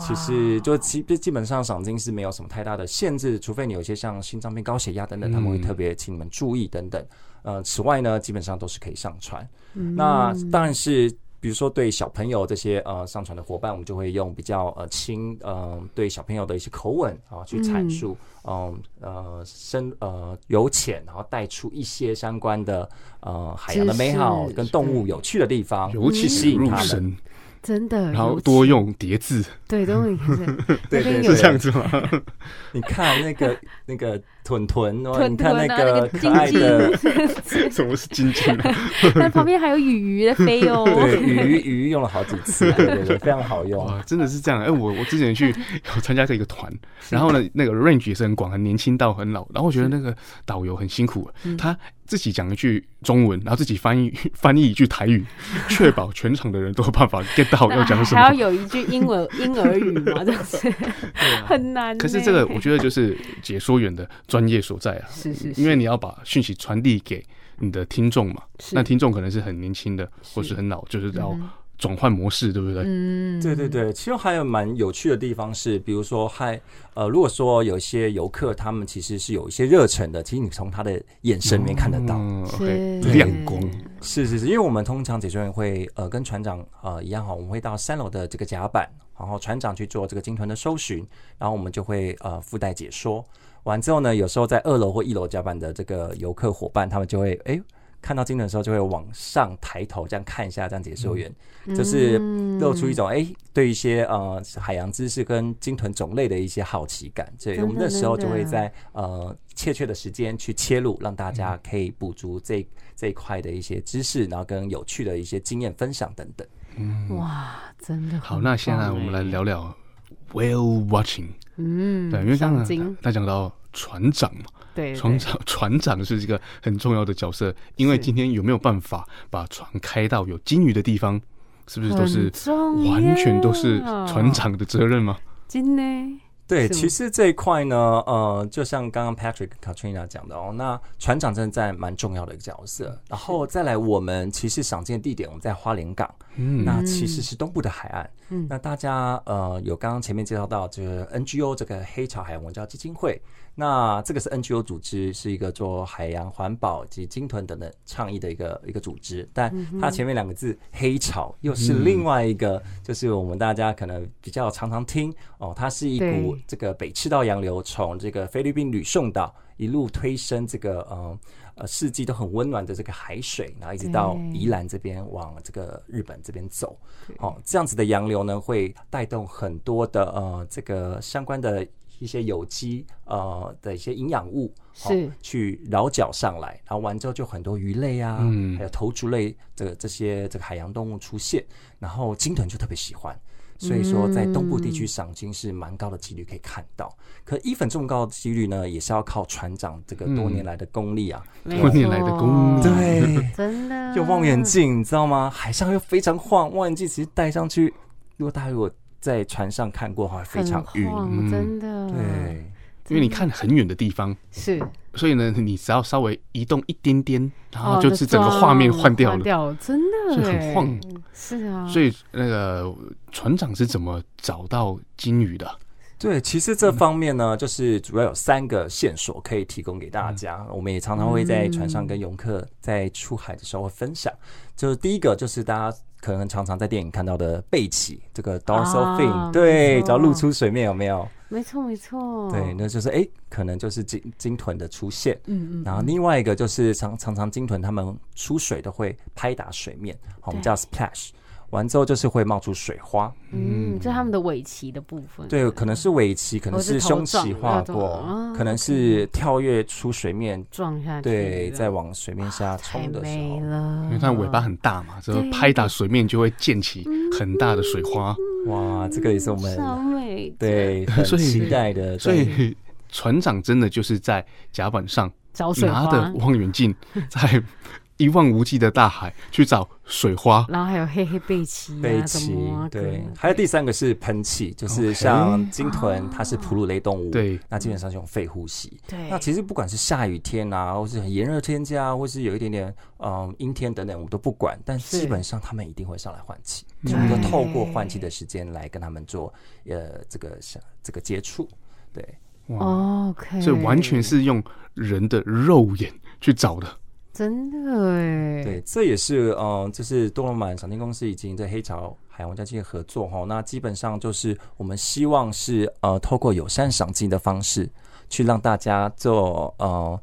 Speaker 9: 其实就基基本上赏金是没有什么太大的限制，除非你有一些像心脏病、高血压等等，他
Speaker 7: 嗯
Speaker 9: 们会特别请你们注意等等。呃，此外呢，基本上都是可以上传。那
Speaker 7: 嗯
Speaker 9: 当然是。比如说，对小朋友这些呃上传的伙伴，我们就会用比较呃轻呃对小朋友的一些口吻啊去阐述，嗯呃深呃由浅，然后带出一些相关的呃海洋的美好
Speaker 7: 知识
Speaker 9: 跟动物有趣的地方，
Speaker 3: 由
Speaker 9: 去
Speaker 3: 浅
Speaker 9: 吸引
Speaker 7: 嗯
Speaker 3: 入
Speaker 9: 他们。
Speaker 3: 深，
Speaker 7: 真的，
Speaker 3: 然后
Speaker 7: 尤其
Speaker 3: 多用叠字，
Speaker 7: 对都 会
Speaker 9: 对
Speaker 7: 那边
Speaker 9: 对对，
Speaker 7: 有
Speaker 3: 是这样子吗？
Speaker 9: 你看那个 那个豚豚，哇
Speaker 7: 豚
Speaker 9: 哦你看
Speaker 7: 豚啊
Speaker 9: 个
Speaker 7: 那个
Speaker 9: 可爱的
Speaker 3: 什么是金靖啊？
Speaker 7: 那旁边还有鱼鱼在 飞哦。
Speaker 9: 对鱼鱼用了好几次，啊对对对，非常好用。
Speaker 3: 哇，真的是这样！哎、我我之前 去有参加这个团，然后呢，那个 range 也是很广，很年轻到很老。然后我觉得那个导游很辛苦，啊
Speaker 7: 嗯
Speaker 3: 他自己讲一句中文，然后自己翻译 翻译一句台语，确保全场的人都有办 法 get 到要讲什
Speaker 7: 啊还要
Speaker 3: 么。
Speaker 7: 有一句英文婴儿语嘛，就是很难呢。
Speaker 3: 啊可是这个我觉得就是解说员的专业所在啊，
Speaker 7: 是是是
Speaker 3: 因为你要把讯息传递给你的听众嘛，
Speaker 7: 是
Speaker 3: 那听众可能是很年轻的，或是很老，就是要转换模式，对不对？
Speaker 7: 嗯，
Speaker 9: 对对对，其实还有蛮有趣的地方是，比如说还呃，如果说有一些游客他们其实是有一些热忱的，其实你从他的眼神里面看得到。
Speaker 3: 嗯，OK，
Speaker 7: 是
Speaker 3: 亮光，
Speaker 9: 是是是，因为我们通常解说员会呃跟船长呃一样哈，我们会到三楼的这个甲板，然后船长去做这个鲸豚的搜寻，然后我们就会呃附带解说。完之后呢，有时候在二楼或一楼甲板的这个游客伙伴，他们就会哎、诶看到鲸豚的时候，就会往上抬头这样看一下，这样解说员、
Speaker 7: 嗯
Speaker 9: 就是露出一种哎、诶对一些呃海洋知识跟鲸豚种类的一些好奇感。所以我们
Speaker 7: 真的
Speaker 9: 那时候就会
Speaker 7: 真的嗯
Speaker 9: 在呃切确的时间去切入，让大家可以补足这这一块的一些知识，然后跟有趣的一些经验分享等等。
Speaker 7: 哇，真的欸
Speaker 3: 好，那现在我们来聊聊 whale watching。
Speaker 7: 嗯，
Speaker 3: 对，因为刚
Speaker 7: 赏
Speaker 3: 刚
Speaker 7: 金
Speaker 3: 他讲到船长嘛，
Speaker 7: 对对
Speaker 3: 船长船长是一个很重要的角色，因为今天有没有办法把船开到有金鱼的地方，是不是都是
Speaker 7: 很重要
Speaker 3: 完全都是船长的责任吗？
Speaker 7: 真的
Speaker 9: 对，
Speaker 7: 是
Speaker 9: 其实这一块呢，呃，就像刚刚 Patrick、Katrina 讲的哦，那船长真的在蛮重要的一个角色。然后再来，我们其实赏金的地点我们在花莲港，
Speaker 3: 嗯
Speaker 9: 那其实是东部的海岸。嗯，那大家呃有刚刚前面介绍到，就是 NGO 这个黑潮海洋文教基金会，那这个是 NGO 组织，是一个做海洋环保及鲸豚等等倡议的一个一个组织，但它前面两个字“黑潮”又是另外一个，就是我们大家可能比较常常听哦，它是一股
Speaker 7: 对
Speaker 9: 这个北赤道洋流从这个菲律宾吕宋岛一路推升这个呃呃四季都很温暖的这个海水，然后一直到
Speaker 7: 对
Speaker 9: 宜兰这边往这个日本这边走。哦，这样子的洋流呢，会带动很多的呃这个相关的一些有机呃的一些营养物。哦
Speaker 7: 是
Speaker 9: 去绕脚上来，然后完之后就很多鱼类啊，还有头足类这个这些这个海洋动物出现，然后鲸豚就特别喜欢，所以说在东部地
Speaker 7: 嗯
Speaker 9: 区赏鲸是蛮高的几率可以看到。可一粉这么高的几率呢，也是要靠船长这个多年来的功力啊，
Speaker 7: 哎
Speaker 3: 多年来的功力，
Speaker 9: 对，
Speaker 7: 真的
Speaker 9: 就望远镜，你知道吗？海上又非常晃，望远镜其实戴上去，如果大家如果在船上看过的话，非常
Speaker 7: 很
Speaker 9: 晕。
Speaker 3: 嗯
Speaker 7: 晃真的
Speaker 9: 对，
Speaker 3: 因为你看很远的地方，
Speaker 7: 是
Speaker 3: 所以呢，你只要稍微移动一点点，然后
Speaker 7: 哦
Speaker 3: 啊就是整个画面换掉
Speaker 7: 换
Speaker 3: 了。
Speaker 7: 掉真的
Speaker 3: 所以很
Speaker 7: 欸
Speaker 3: 晃，
Speaker 7: 是啊，
Speaker 3: 所以那个船长是怎么找到金鱼的？
Speaker 9: 对，其实这方面呢，就是主要有三个线索可以提供给大家。我们也常常会在船上跟游客在出海的时候会分享。就是第一个，就是大家可能常常在电影看到的背鳍，这个 dorsal
Speaker 7: 啊
Speaker 9: fin，、
Speaker 7: 没
Speaker 9: 对，
Speaker 7: 错
Speaker 9: 只要露出水面有没有？
Speaker 7: 没错没错，
Speaker 9: 对，那就是哎、诶可能就是鲸鲸豚的出现。
Speaker 2: 嗯嗯，
Speaker 9: 然后另外一个就是常常常鲸豚它们出水都会拍打水面，好我们叫 splash。完之后就是会冒出水花，
Speaker 7: 嗯，就他们的尾鳍的部分，
Speaker 9: 对，可能是尾鳍，可能
Speaker 7: 哦是
Speaker 9: 是胸鳍
Speaker 7: 头撞
Speaker 9: 划
Speaker 7: 那种
Speaker 9: 过
Speaker 7: 啊，
Speaker 9: 可能是跳跃出水面，
Speaker 7: 撞下去，
Speaker 9: 对，
Speaker 7: 这
Speaker 9: 在
Speaker 7: 样
Speaker 9: 往水面下
Speaker 7: 啊太
Speaker 9: 冲的时
Speaker 7: 美
Speaker 9: 候，
Speaker 7: 了，
Speaker 3: 因为它尾巴很大嘛，之后
Speaker 7: 对嗯
Speaker 3: 拍打水面就会溅起很大的水花，
Speaker 9: 哇，这个也是我们
Speaker 7: 超美，
Speaker 9: 对 很
Speaker 3: 所以
Speaker 9: 期待的，
Speaker 3: 所
Speaker 9: 对
Speaker 3: 以船长真的就是在甲板上
Speaker 7: 找水
Speaker 3: 拿着
Speaker 7: 花，
Speaker 3: 望远 镜，在一望无际的大海去找水花。
Speaker 7: 然后还有黑黑背鳍啊，
Speaker 9: 背
Speaker 7: 什
Speaker 9: 鳍
Speaker 7: 么啊，
Speaker 9: 对
Speaker 7: 各，
Speaker 9: 还有第三个是喷气，就是像鲸豚，它是哺乳类动物，
Speaker 3: 对
Speaker 9: 那基本上是用肺呼吸，
Speaker 7: 对，
Speaker 9: 那其实不管是下雨天啊，或是很炎热天气啊，或是有一点点嗯阴天等等，我们都不管，但
Speaker 7: 是
Speaker 9: 基本上他们一定会上来换气，我们就透过换气的时间来跟他们做呃这个像这个接触，对，
Speaker 7: 哦 OK，
Speaker 3: 所以完全是用人的肉眼去找的。
Speaker 7: 真的哎，
Speaker 9: 对，这也是嗯，就是多罗满赏金公司已经在黑潮海洋文教基金合作哈。那基本上就是我们希望是呃，透过友善赏金的方式，去让大家做呃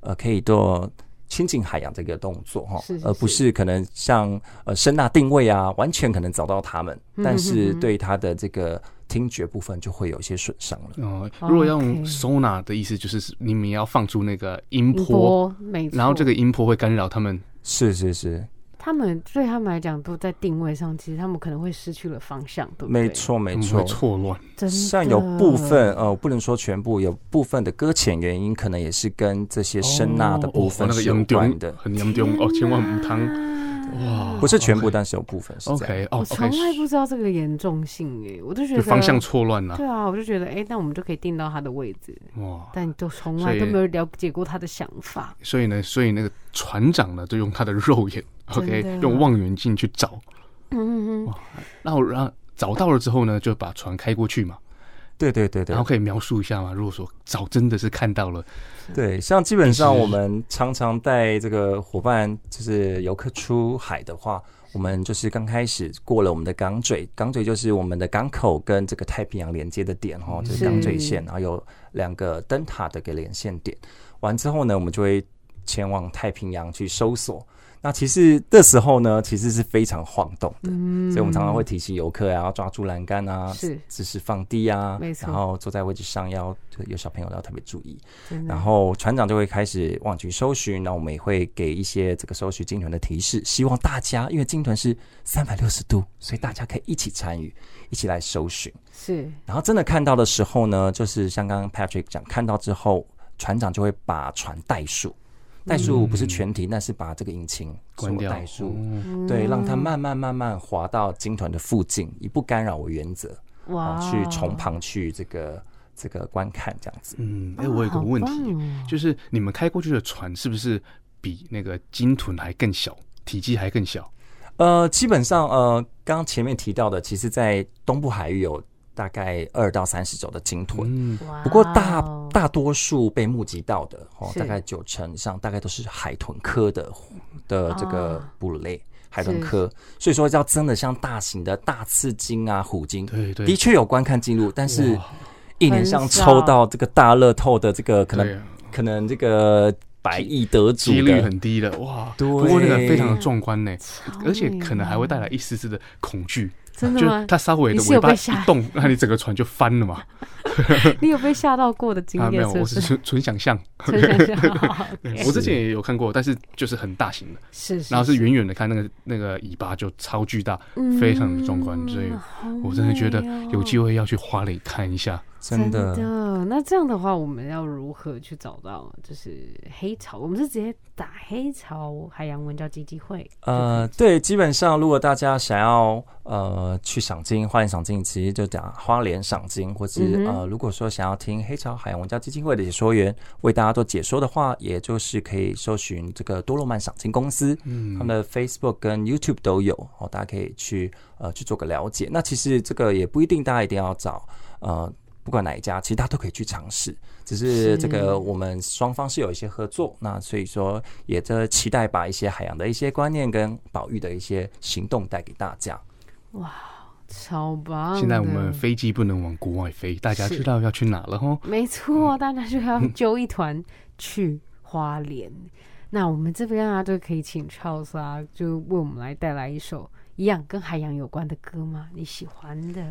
Speaker 9: 呃，可以做亲近海洋这个动作哈，
Speaker 7: 是是
Speaker 9: 而不是可能像呃声呐定位啊，完全可能找到他们，
Speaker 7: 嗯
Speaker 9: 但是对它的这个听觉部分就会有一些损伤了。
Speaker 7: 嗯
Speaker 3: 哦、如果要用
Speaker 7: OK
Speaker 3: sonar 的意思，就是你们要放出那个音
Speaker 7: 音
Speaker 3: 波，
Speaker 7: 波，没错，
Speaker 3: 然后这个音波会干扰他们。
Speaker 9: 是是是，
Speaker 7: 他们对他们来讲都在定位上，其实他们可能会失去了方向，对不对？
Speaker 9: 没，错嗯没
Speaker 3: 他们
Speaker 9: 错
Speaker 3: 会。错乱，
Speaker 7: 真的
Speaker 9: 像有部分呃，不能说全部，有部分的搁浅原因可能也是跟这些声呐的部
Speaker 3: 哦
Speaker 9: 分
Speaker 3: 那个
Speaker 9: 是有
Speaker 3: 严重
Speaker 9: 关的，
Speaker 3: 很严重哦，千万母汤哇，
Speaker 7: 嗯
Speaker 9: 不是全部，但是有部分是这
Speaker 3: 哦 OK
Speaker 9: 样。
Speaker 3: 哦
Speaker 7: 我从来
Speaker 3: ，OK，
Speaker 7: 不知道这个严重性诶，我就
Speaker 3: 就
Speaker 7: 觉得
Speaker 3: 方向错乱了
Speaker 7: 对啊，我就觉得哎、诶那我们就可以定到他的位置，
Speaker 3: 哇。
Speaker 7: 但都从
Speaker 3: 所
Speaker 7: 来
Speaker 3: 以
Speaker 7: 都没有了解过他的想法。
Speaker 3: 所以呢，所以那个船长呢，就用他的肉 眼，OK，用望远镜去找，
Speaker 7: 嗯嗯
Speaker 3: 然后然后找到了之后呢，就把船开过去嘛。
Speaker 9: 对对对对
Speaker 3: 然后可以描述一下吗？如果说早真的是看到了，
Speaker 9: 对，像基本
Speaker 3: 一
Speaker 9: 上
Speaker 3: 直
Speaker 9: 我们常常带这个伙伴，就是游客出海的话，我们就是刚开始过了我们的港嘴，港嘴就是我们的港口跟这个太平洋连接的点
Speaker 3: 嗯
Speaker 9: 哦，就是港嘴线，然后有两个灯塔的一个连线点。完之后呢，我们就会前往太平洋去搜索。那其实这时候呢，其实是非常晃动的，
Speaker 3: 嗯
Speaker 9: 所以我们常常会提醒游客啊，要抓住栏杆啊，
Speaker 7: 是
Speaker 9: 姿势放低啊，
Speaker 7: 没错
Speaker 9: 然后坐在位置上要有小朋友要特别注意。
Speaker 7: 真的
Speaker 9: 然后船长就会开始望群搜寻，那我们也会给一些这个搜寻鲸豚的提示，希望大家因为鲸豚是三百六十度，所以大家可以一起参与，一起来搜寻。
Speaker 7: 是
Speaker 9: 然后真的看到的时候呢，就是像刚刚 Patrick 讲，看到之后，船长就会把船怠速，怠速不是全停，但是把这个引擎
Speaker 3: 嗯关掉
Speaker 9: 做怠速，
Speaker 3: 哦
Speaker 9: 对，让它慢慢慢慢滑到鲸豚的附近，以不干扰为原则，
Speaker 7: 哇哦
Speaker 9: 啊，，
Speaker 3: 哦
Speaker 9: 去从旁去这个这个观看这样子。
Speaker 3: 嗯，哎、我有个问题，
Speaker 7: 好棒哦
Speaker 3: 就是你们开过去的船是不是比那个鲸豚还更小，体积还更小？
Speaker 9: 呃，基本上呃，刚刚前面提到的，其实在东部海域有大概二到三十种的鲸豚。
Speaker 3: 嗯，
Speaker 7: 哇哦
Speaker 9: 不过大大多数被募集到的哦，
Speaker 7: 是
Speaker 9: 大概九成以上，大概都是海豚科的的这个
Speaker 7: 啊
Speaker 9: 哺乳类，海豚科。所以说，要真的像大型的大刺鲸啊、虎鲸，
Speaker 3: 对对
Speaker 9: 的确有观看记录，但是
Speaker 3: 哇
Speaker 9: 一年上抽到这个大乐透的这个可
Speaker 3: 对
Speaker 9: 能
Speaker 3: 啊
Speaker 9: 可能这个百亿得主
Speaker 3: 几率
Speaker 9: 的，
Speaker 3: 很低的哇。
Speaker 9: 对
Speaker 3: 不过那个非常的壮观呢，
Speaker 7: 超
Speaker 3: 而且可能还会
Speaker 7: 美
Speaker 3: 带来一丝丝的恐惧。
Speaker 7: 哦真的
Speaker 3: 就
Speaker 7: 吗？
Speaker 3: 它稍微
Speaker 7: 你
Speaker 3: 的
Speaker 7: 是
Speaker 3: 尾
Speaker 7: 有
Speaker 3: 巴
Speaker 7: 被
Speaker 3: 一
Speaker 7: 吓，
Speaker 3: 动， 那你整个船就翻了 嘛？
Speaker 7: 你有被吓到过的经
Speaker 3: 啊，没
Speaker 7: 验
Speaker 3: 有，
Speaker 7: 不
Speaker 3: 我是
Speaker 7: 是？
Speaker 3: 纯纯想 象。
Speaker 7: 真的是好
Speaker 3: 我之前也有看过，但是就是很大型的，
Speaker 7: 是，是嗯
Speaker 3: 然后是远远的看那个那个尾巴就超巨大，非常的壮观，所以我真的觉得有机
Speaker 7: 会
Speaker 3: 会要去花蕾看一下。
Speaker 9: 真的
Speaker 7: 那这样哦的话，我们要如何去找到就是黑潮？我们是直接打黑潮海洋文教基金会。
Speaker 9: 呃，对，基本上如果大家想要呃去赏金，花莲赏金，其实就讲花莲赏金，或是、
Speaker 7: 嗯哼
Speaker 9: 呃，如果说想要听黑潮海洋文教基金会的解说员为大家做解说的话，也就是可以搜寻这个多罗曼赏金公司，
Speaker 3: 嗯
Speaker 9: 他们的 Facebook 跟 YouTube 都有哦，大家可以去呃去做个了解。那其实这个也不一定，大家一定要找呃。不管哪一家，其实大家都可以去尝试，只是这
Speaker 7: 是
Speaker 9: 个我们双方是有一些合作，那所以说也这期待把一些海洋的一些观念跟保育的一些行动带给大家。
Speaker 7: 超棒的！
Speaker 3: 现在我们飞机不能往国外飞，大家
Speaker 7: 是
Speaker 3: 知道要去哪了哦吼。
Speaker 7: 没错，大家就要揪一团去花莲。那我们这边啊，就可以请 Charles 啊，就为我们来带来一首一样跟海洋有关的歌吗？你喜欢的？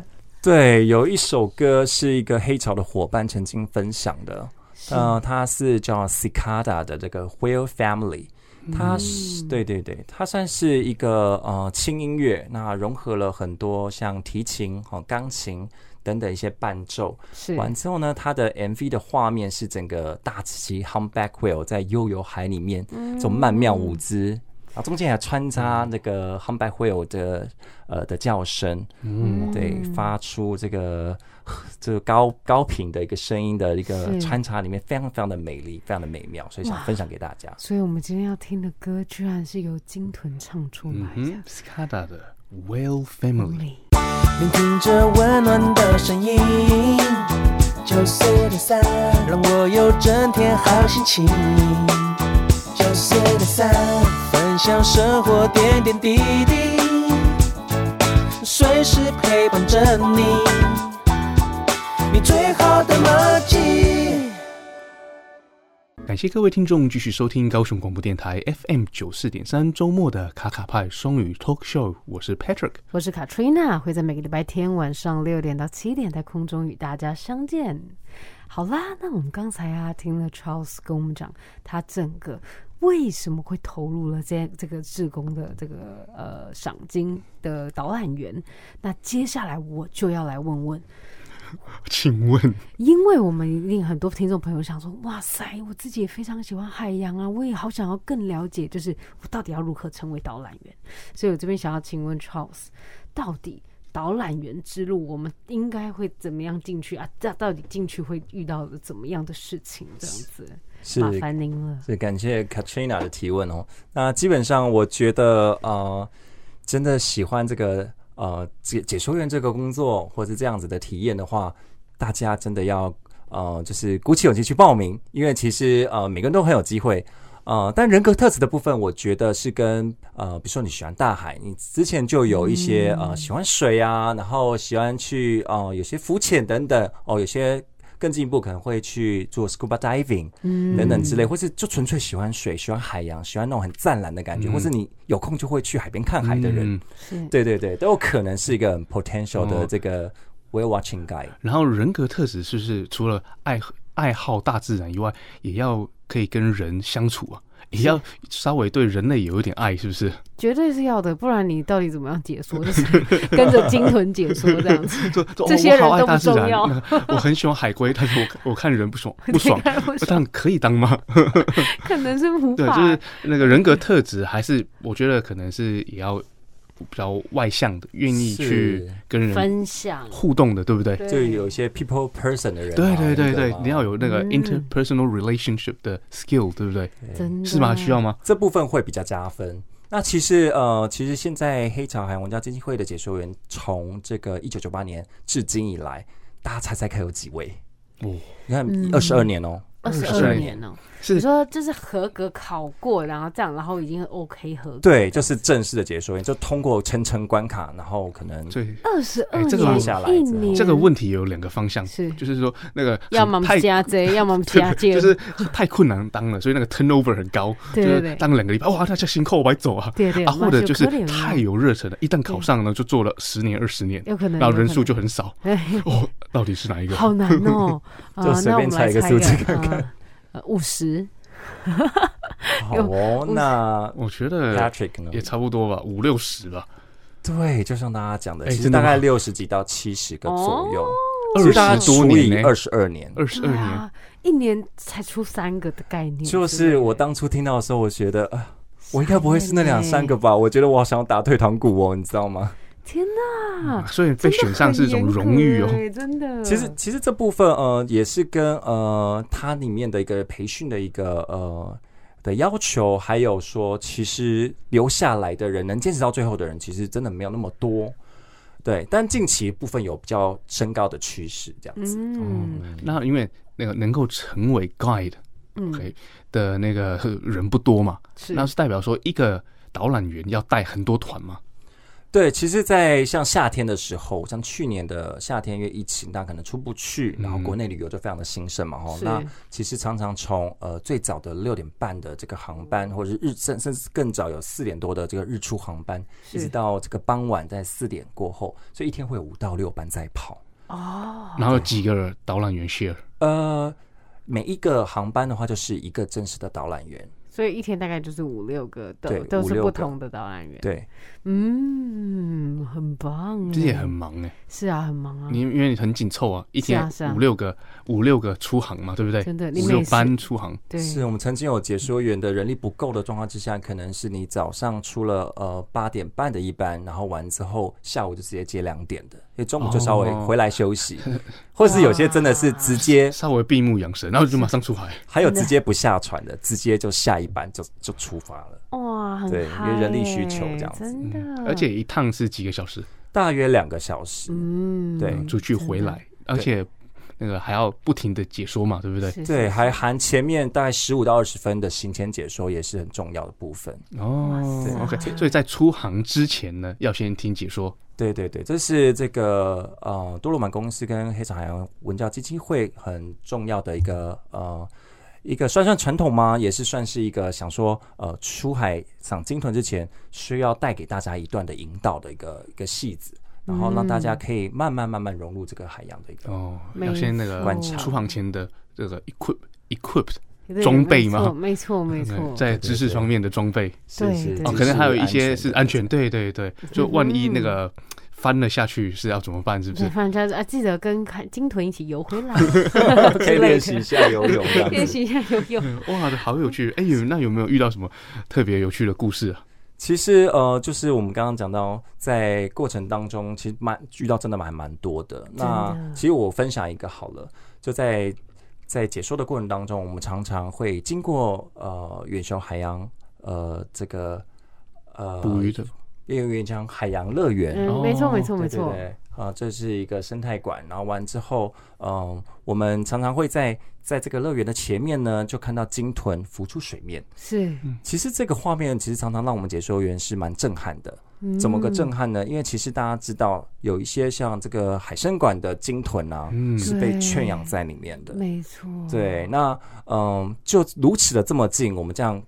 Speaker 9: 对，有一首歌是一个黑潮的伙伴曾经分享的，
Speaker 7: 是
Speaker 9: 呃，它是叫 Cicada 的这个 Whale Family，它是、对对对，它算是一个呃轻音乐，那融合了很多像提琴、哦钢琴等等一些伴奏。
Speaker 7: 是
Speaker 9: 完之后呢，它的 MV 的画面是整个大鳍 Humpback Whale 在悠游海里面这种曼妙舞姿。然后中间还穿插那个 Humpback Whale 的呃的叫声，嗯，对，发出这个这个高高频的一个声音的一个
Speaker 7: 是
Speaker 9: 穿插里面，非常非常的美丽，非常的美妙，所以想分享给大家。
Speaker 7: 所以我们今天要听的歌，居然是由鲸豚唱出
Speaker 3: 嗯
Speaker 7: 来
Speaker 3: 哼
Speaker 7: 的。
Speaker 3: ，Scada 的 Whale Family。
Speaker 8: 聆听着温暖的声音，九四点三，让我有整天好心情。九四点三，分享生活点点滴滴，随时陪伴着你，你最好的默契。
Speaker 3: 感谢各位听众继续收听高雄广播电台 FM 九四点三周末的卡卡派双语 Talk Show，我是 Patrick。
Speaker 7: 我是 Katrina，会在每个礼拜天晚上六点到七点在空中与大家相见。好啦，那我们刚才啊听了 Charles 跟我们讲他整个为什么会投入了这这个志工的这个呃赏金的导览员。那接下来我就要来问问
Speaker 3: 请问，
Speaker 7: 因为我们一定很多听众朋友想说，哇塞，我自己也非常喜欢海洋啊，我也好想要更了解，就是我到底要如何成为导览员。所以我这边想要请问 Charles，到底导览员之路，我们应该会怎么样进去啊？这到底进去会遇到的怎么样的事情？这样子，
Speaker 9: 是
Speaker 7: 麻烦您了。
Speaker 9: 是感谢 Katrina 的提问哦。那基本上，我觉得呃，真的喜欢这个呃解解说员这个工作，或是这样子的体验的话，大家真的要呃，就是鼓起勇气去报名，因为其实呃，每个人都很有机会。呃，但人格特质的部分，我觉得是跟呃，比如说你喜欢大海，你之前就有一
Speaker 3: 嗯
Speaker 9: 些、呃喜欢水啊，然后喜欢去呃有些浮潜等等，哦，有些更进一步可能会去做 scuba diving
Speaker 3: 嗯
Speaker 9: 等等之类，或是就纯粹喜欢水、喜欢海洋、喜欢那种很湛蓝的感觉，或
Speaker 3: 嗯
Speaker 9: 是你有空就会去海边看海的人，对对对，都有可能是一个很 potential
Speaker 3: 哦
Speaker 9: 的这个 whale watching guy。
Speaker 3: 然后人格特质是不是除了爱爱好大自然以外，也要可以跟人相处啊？也要稍微对人类有一点爱，是不是？
Speaker 7: 绝对是要的，不然你到底怎么样解说？就是 跟着鲸豚解说这样子，
Speaker 3: 就就哦
Speaker 7: 这些人
Speaker 3: 我好爱
Speaker 7: 都不
Speaker 3: 大自然
Speaker 7: 重要，，
Speaker 3: 那 我很喜欢海龟，但是我我看人不爽，不爽
Speaker 7: 不爽
Speaker 3: 但可以当吗？
Speaker 7: 可能是无
Speaker 3: 对，
Speaker 7: 法。
Speaker 3: 就是那个人格特质，还是我觉得可能是也要比较外向的，愿意去
Speaker 9: 是
Speaker 3: 跟人
Speaker 7: 分享，
Speaker 3: 互动的，对不对？
Speaker 9: 就有一些 people person 的人啊，
Speaker 3: 对对对对
Speaker 9: 那，个
Speaker 3: 你要有那
Speaker 7: 嗯
Speaker 3: 个 interpersonal relationship 的 skill，对不对？
Speaker 7: 真的
Speaker 3: 是吗？需要吗？
Speaker 9: 这部分会比较加分。那其实呃，其实现在黑潮海洋文教基金会的解说员，从这个一九九八年至今以来，大家猜猜看有几位？
Speaker 3: 哦
Speaker 9: 你看二十二年哦，
Speaker 7: 二十
Speaker 9: 22
Speaker 7: 二年哦、你
Speaker 3: 是
Speaker 7: 说就是合格考过，然后这样，然后已经 OK 合格。
Speaker 9: 对，就是正式的解说员，就通过层层关卡，然后可能
Speaker 3: 对。
Speaker 7: 二十二
Speaker 3: 哎这个
Speaker 7: 年、
Speaker 9: 下来
Speaker 7: 一
Speaker 9: 之后
Speaker 7: 年，
Speaker 3: 这个问题有两个方向，
Speaker 7: 是
Speaker 3: 就是说那个
Speaker 7: 要么
Speaker 3: 太
Speaker 7: 加 Z，要么加 J，
Speaker 3: 就是太困难当了，所以那个 turnover 很高，
Speaker 7: 对对
Speaker 3: 就
Speaker 7: 对
Speaker 3: 是当两个礼拜，哇，大家辛苦，我白走啊，
Speaker 7: 对对
Speaker 3: 啊，或者就是
Speaker 7: 马修克里尔
Speaker 3: 太有热忱了，一旦考上了就做了十年二十年，
Speaker 7: 有可能
Speaker 3: 然后人
Speaker 7: 有
Speaker 3: 数
Speaker 7: 可
Speaker 3: 就很少，
Speaker 7: 能
Speaker 3: 哦，到底是哪一个？
Speaker 7: 哎好难哦、啊，
Speaker 9: 就随
Speaker 7: 那我
Speaker 9: 便
Speaker 7: 们来
Speaker 9: 猜一个
Speaker 7: 猜
Speaker 9: 数字
Speaker 7: 看看，呃，五十、
Speaker 9: 好哦。那
Speaker 3: 我觉得
Speaker 9: Patrick 呢
Speaker 3: 嗯也？差不多吧，五六十吧，
Speaker 9: 对，就像大家讲的，
Speaker 3: 哎
Speaker 9: 其实
Speaker 3: 真的
Speaker 9: 大
Speaker 3: 吗
Speaker 9: 概六十几到七十个左右，
Speaker 3: 二
Speaker 9: 其实大家
Speaker 3: 十多
Speaker 9: 除以
Speaker 3: 年呢
Speaker 9: 二，十二年。
Speaker 3: 二十二
Speaker 7: 对
Speaker 3: 年，
Speaker 7: 啊，一年才出三个的概念，
Speaker 9: 就是我
Speaker 7: 对
Speaker 9: 当初听到的时候，我觉得啊，我应该不会是那两三个吧？我觉得我好想要打退堂鼓哦，你知道吗？
Speaker 7: 不对天哪，
Speaker 3: 啊所以被选上是一种荣誉哦。
Speaker 7: 真的很严格欸，真的。
Speaker 9: 其实其实这部分呃也是跟呃它里面的一个培训的一个呃的要求，还有说其实留下来的人能坚持到最后的人，其实真的没有那么多。对，但近期部分有比较升高的趋势，这样子。
Speaker 7: 嗯，
Speaker 3: 那因为那个能够成为 guide，
Speaker 7: 嗯
Speaker 3: OK 的那个人不多嘛，
Speaker 7: 是
Speaker 3: 那是代表说一个导览员要带很多团嘛，
Speaker 9: 对，其实，在像夏天的时候，像去年的夏天因为疫情，大家可能出不去，然后国内旅游就非常的兴盛嘛，哈、哦
Speaker 7: 是
Speaker 9: 那其实常常从呃最早的六点半的这个航班，或者是日甚甚至更早有四点多的这个日出航班，一直到这个傍晚在四点过后，所以一天会有五到六班在跑。
Speaker 7: 哦
Speaker 3: 然后几个导览员 share，
Speaker 9: 呃，每一个航班的话，就是一个真实的导览员。
Speaker 7: 所以一天大概就是五六个，都
Speaker 9: 对
Speaker 7: 都
Speaker 9: 五
Speaker 7: 是
Speaker 9: 六
Speaker 7: 不
Speaker 9: 个
Speaker 7: 同的导览员。，
Speaker 9: 对，
Speaker 7: 嗯，很棒欸，
Speaker 3: 这也很忙哎，
Speaker 7: 是啊，很忙啊
Speaker 3: 你。因为你很紧凑啊，一天
Speaker 7: 是啊是啊
Speaker 3: 五六个五六个出航嘛，对不对？
Speaker 7: 真的你
Speaker 3: 五
Speaker 7: 每
Speaker 3: 六
Speaker 7: 次
Speaker 3: 班出航，
Speaker 7: 对，
Speaker 9: 是我们曾经有解说员的人力不够的状况之下，可能是你早上出了呃八点半的一班，然后完之后下午就直接接两点的，因为中午就稍微
Speaker 3: 哦
Speaker 9: 回来休息， 或是有些真的是直接
Speaker 3: 稍微闭目养神，然后就马上出海。
Speaker 9: 还有直接不下船的，直接就下一班就就出发了，
Speaker 7: 哇，很
Speaker 9: 对因为
Speaker 7: 嗨
Speaker 9: 人力需求
Speaker 7: 欸
Speaker 9: 这样子嗯
Speaker 7: 真的，
Speaker 3: 嗯而且一趟是几个小时，
Speaker 9: 大约两个小时。
Speaker 7: 嗯，
Speaker 9: 对
Speaker 3: 出去回来，而且那个还要不停的解说嘛，对不对？
Speaker 7: 是
Speaker 9: 对，还含前面大概十五到二十分的行前解说也是很重要的部分。
Speaker 3: 哦，OK，所以在出航之前呢，要先听解说。
Speaker 9: 对对对，这是这个呃多罗曼公司跟黑潮海洋文教基金会很重要的一个呃一个算算传统吗？也是算是一个想说呃出海赏鲸豚之前需要带给大家一段的引导的一个一个戏子，然后让大家
Speaker 3: 嗯
Speaker 9: 可以慢慢慢慢融入这个海洋的一个。
Speaker 3: 哦，
Speaker 7: 没
Speaker 3: 要先那个
Speaker 7: 观
Speaker 9: 察
Speaker 3: 出航前的这个 equip equipped
Speaker 7: 对
Speaker 3: 装备
Speaker 7: 没错
Speaker 3: 吗
Speaker 7: 没错，没错，
Speaker 3: 呃在知识方面的装备
Speaker 9: 是是
Speaker 7: 对
Speaker 3: 哦，
Speaker 9: 是
Speaker 3: 可能还有一
Speaker 9: 安全
Speaker 3: 些
Speaker 9: 的
Speaker 3: 是安全，对对对，就万一那个
Speaker 7: 嗯
Speaker 3: 翻了下去是要怎么办？是不
Speaker 7: 对，
Speaker 3: 是？
Speaker 7: 反正就是啊，记得跟看鲸豚一起游回来，
Speaker 9: 可以练习一下游泳这样子。
Speaker 7: 练习一下游泳。
Speaker 3: 哇，好有趣！哎，有那有没有遇到什么特别有趣的故事啊？
Speaker 9: 其实呃，就是我们刚刚讲到，在过程当中，其实蛮遇到真的蛮蛮多的。那其实我分享一个好了，就在在解说的过程当中，我们常常会经过呃远雄海洋呃这个呃
Speaker 3: 捕鱼的
Speaker 9: 因为远雄海洋乐园，
Speaker 7: 嗯，没错，
Speaker 3: 哦
Speaker 7: 没错，
Speaker 9: 对
Speaker 7: 没
Speaker 9: 对
Speaker 7: 错，
Speaker 9: 对，啊，这是一个生态馆，然后完之后，嗯，我们常常会在在这个乐园的前面呢，就看到鲸豚浮出水面。
Speaker 7: 是
Speaker 9: 其实这个画面其实常常让我们解说员是蛮震撼的，
Speaker 7: 嗯
Speaker 9: 怎么个震撼呢？因为其实大家知道，有一些像这个海参馆的鲸豚啊，是被圈养在里面的。
Speaker 7: 没错，
Speaker 9: 对，那嗯，就如此的这么近，我们这样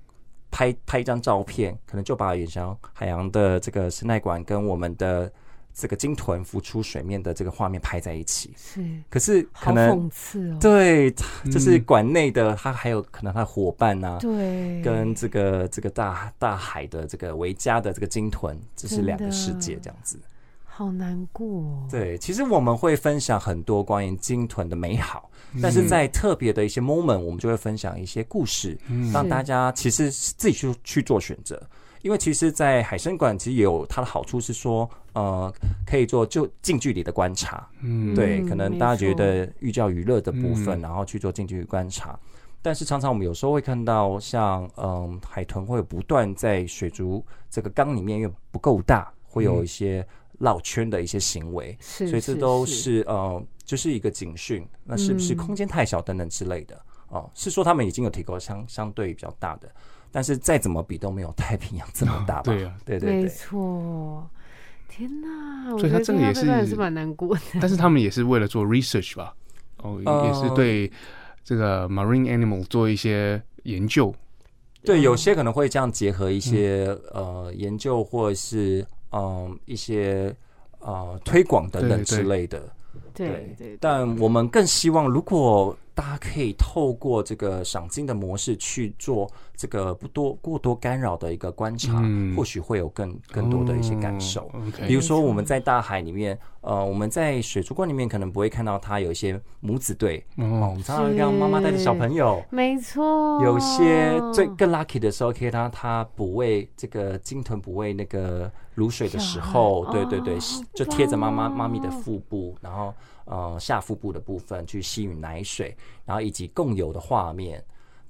Speaker 9: 拍拍一张照片，可能就把远翔海洋的这个生态馆跟我们的这个鲸豚浮出水面的这个画面拍在一起。
Speaker 7: 是
Speaker 9: 可是可
Speaker 7: 好
Speaker 9: 能
Speaker 7: 讽刺哦。
Speaker 9: 对，就是馆内的它还有可能它的伙伴呐、
Speaker 7: 对，
Speaker 9: 跟这个这个大大海的这个维嘉的这个鲸豚，这是两个
Speaker 7: 真的
Speaker 9: 世界这样子。
Speaker 7: 好难过哦。
Speaker 9: 对，其实我们会分享很多关于鲸豚的美好，
Speaker 3: 嗯
Speaker 9: 但是在特别的一些 moment，我们就会分享一些故事，
Speaker 3: 嗯
Speaker 9: 让大家其实是自己去去做选择。因为其实，在海参馆其实也有它的好处是说，呃，可以做就近距离的观察，
Speaker 3: 嗯
Speaker 9: 对，
Speaker 7: 嗯
Speaker 9: 可能
Speaker 7: 没
Speaker 9: 大家觉
Speaker 7: 错
Speaker 9: 得寓教于乐的部
Speaker 3: 嗯
Speaker 9: 分，然后去做近距离观察。但是常常我们有时候会看到像，嗯海豚会不断在水族这个缸里面，因为不够大，会
Speaker 3: 嗯
Speaker 9: 有一些绕圈的一些行为，
Speaker 7: 是，
Speaker 9: 所以这都
Speaker 7: 是
Speaker 9: 是呃，就是一个警讯。那是不是
Speaker 7: 嗯
Speaker 9: 空间太小等等之类的？哦、是说他们已经有提供相相对比较大的，但是再怎么比都没有 太平洋这么大吧？
Speaker 3: 对啊
Speaker 9: 对对
Speaker 7: 没
Speaker 9: 对，
Speaker 7: 错。天哪，我
Speaker 3: 所以
Speaker 7: 觉
Speaker 3: 他
Speaker 7: 得
Speaker 3: 这个
Speaker 7: 对
Speaker 3: 也
Speaker 7: 贝贝也
Speaker 3: 是
Speaker 7: 是蛮难过的。
Speaker 3: 但是他们也是为了做 research 吧，哦，
Speaker 9: 呃
Speaker 3: 也是对这个 marine animal 做一些研究，
Speaker 9: 对，有些可能会这样结合一些、
Speaker 3: 嗯
Speaker 9: 呃研究或者是嗯、一些呃推广等等
Speaker 3: 对
Speaker 9: 之
Speaker 3: 对
Speaker 9: 类的。
Speaker 7: 对对，
Speaker 9: 但我们更希望，如果大家可以透过这个赏金的模式去做这个不多过多干扰的一个观察，
Speaker 3: 嗯
Speaker 9: 或许会有更更多的一些感受。
Speaker 3: 哦，OK
Speaker 9: 比如说我们在大海里面，呃，我们在水族馆里面可能不会看到它有一些母子队，哦，我
Speaker 3: 哦，
Speaker 9: 们常常会看到妈妈带着小朋友。
Speaker 7: 没错。
Speaker 9: 有些最
Speaker 7: 哦
Speaker 9: 更 lucky 的时候，可以让它补喂这个鲸豚补喂那个卤水的时候，
Speaker 7: 小孩
Speaker 9: 对
Speaker 7: 哦
Speaker 9: 对对，
Speaker 7: 好
Speaker 9: 就贴着妈妈
Speaker 7: 棒哦
Speaker 9: 妈咪的腹部，然后呃下腹部的部分去吸吮奶水，然后以及共有的画面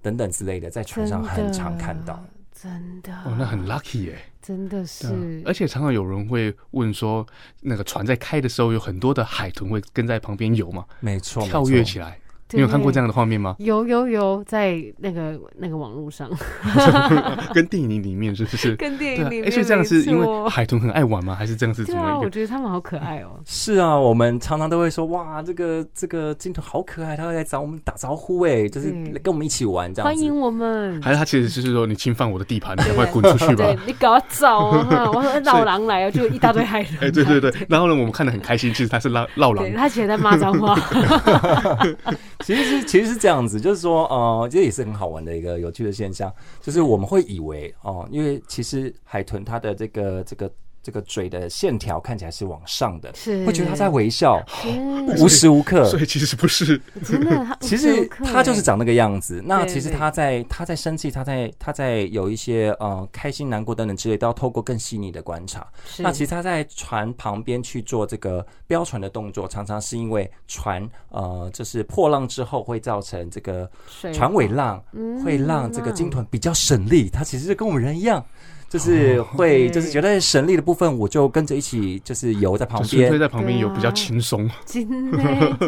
Speaker 9: 等等之类的，在船上很常看到。
Speaker 7: 真的，
Speaker 3: 哦，那很 lucky 耶、
Speaker 7: 真的
Speaker 3: 对啊
Speaker 7: 是，
Speaker 3: 而且常常有人会问说，那个船在开的时候，有很多的海豚会跟在旁边游嘛，
Speaker 9: 没错，
Speaker 3: 跳跃起
Speaker 9: 来。
Speaker 3: 来。你有看过这
Speaker 7: 样？
Speaker 3: 样的画面 吗？
Speaker 7: 有有有，在那个那个网 络上，
Speaker 3: 跟电影里面是不 是？
Speaker 7: 跟电
Speaker 3: 对
Speaker 7: 影
Speaker 3: 啊
Speaker 7: 里，面，
Speaker 3: 而且这样是因
Speaker 7: 没
Speaker 3: 为
Speaker 7: 错
Speaker 3: 海豚很爱玩吗？还是这样是 怎
Speaker 7: 对
Speaker 3: 么
Speaker 7: 啊，
Speaker 3: 一
Speaker 7: 我
Speaker 3: 个？
Speaker 7: 觉得他们好可爱哦。
Speaker 9: 是啊，我们常常都会说，哇，这个这个鲸豚好可爱，它会来找我们打招呼，哎，就是
Speaker 7: 对
Speaker 9: 跟我们一起玩这样
Speaker 7: 欢
Speaker 9: 子
Speaker 7: 迎。我们，
Speaker 3: 还是他其实就是说你侵犯我的地盘，你赶快滚出去吧
Speaker 7: 对！你搞走啊！ 哈我说老狼来了，就一大堆海人。
Speaker 3: 哎，对对对。然后呢，我们看得很开心，其实他是绕绕狼
Speaker 7: 对，他起来在骂脏 话。
Speaker 9: 其实是其实是这样子，就是说，呃，这也是很好玩的一个有趣的现象，就是我们会以为哦、因为其实海豚它的这个这个这个嘴的线条看起来是往上的，
Speaker 7: 是
Speaker 9: 会觉得它在微笑，哦
Speaker 7: 是嗯
Speaker 9: 无时无刻。
Speaker 3: 所以其实不是，
Speaker 7: 真的，他
Speaker 9: 其
Speaker 7: 无时
Speaker 9: 实
Speaker 7: 无刻
Speaker 9: 它就是长那个样子。那
Speaker 7: 对
Speaker 9: 其实
Speaker 7: 对
Speaker 9: 它在它在生气，它在它在有一些呃开心、难过等等之类，都要透过更细腻的观察。
Speaker 7: 是
Speaker 9: 那其实他在船旁边去做这个标船的动作，常常是因为船呃，就是破浪之后会造成这个
Speaker 7: 水
Speaker 9: 船尾浪
Speaker 7: 嗯
Speaker 9: 会让这个
Speaker 7: 浪
Speaker 9: 鲸豚比较省力，它其实就跟我们人一样。就是会，
Speaker 7: 对
Speaker 9: 就是觉得省力的部分，我就跟着一起，就是游在旁
Speaker 3: 就纯粹
Speaker 9: 边。
Speaker 3: 在旁边游比较轻松。
Speaker 7: 啊真的真的，
Speaker 9: 对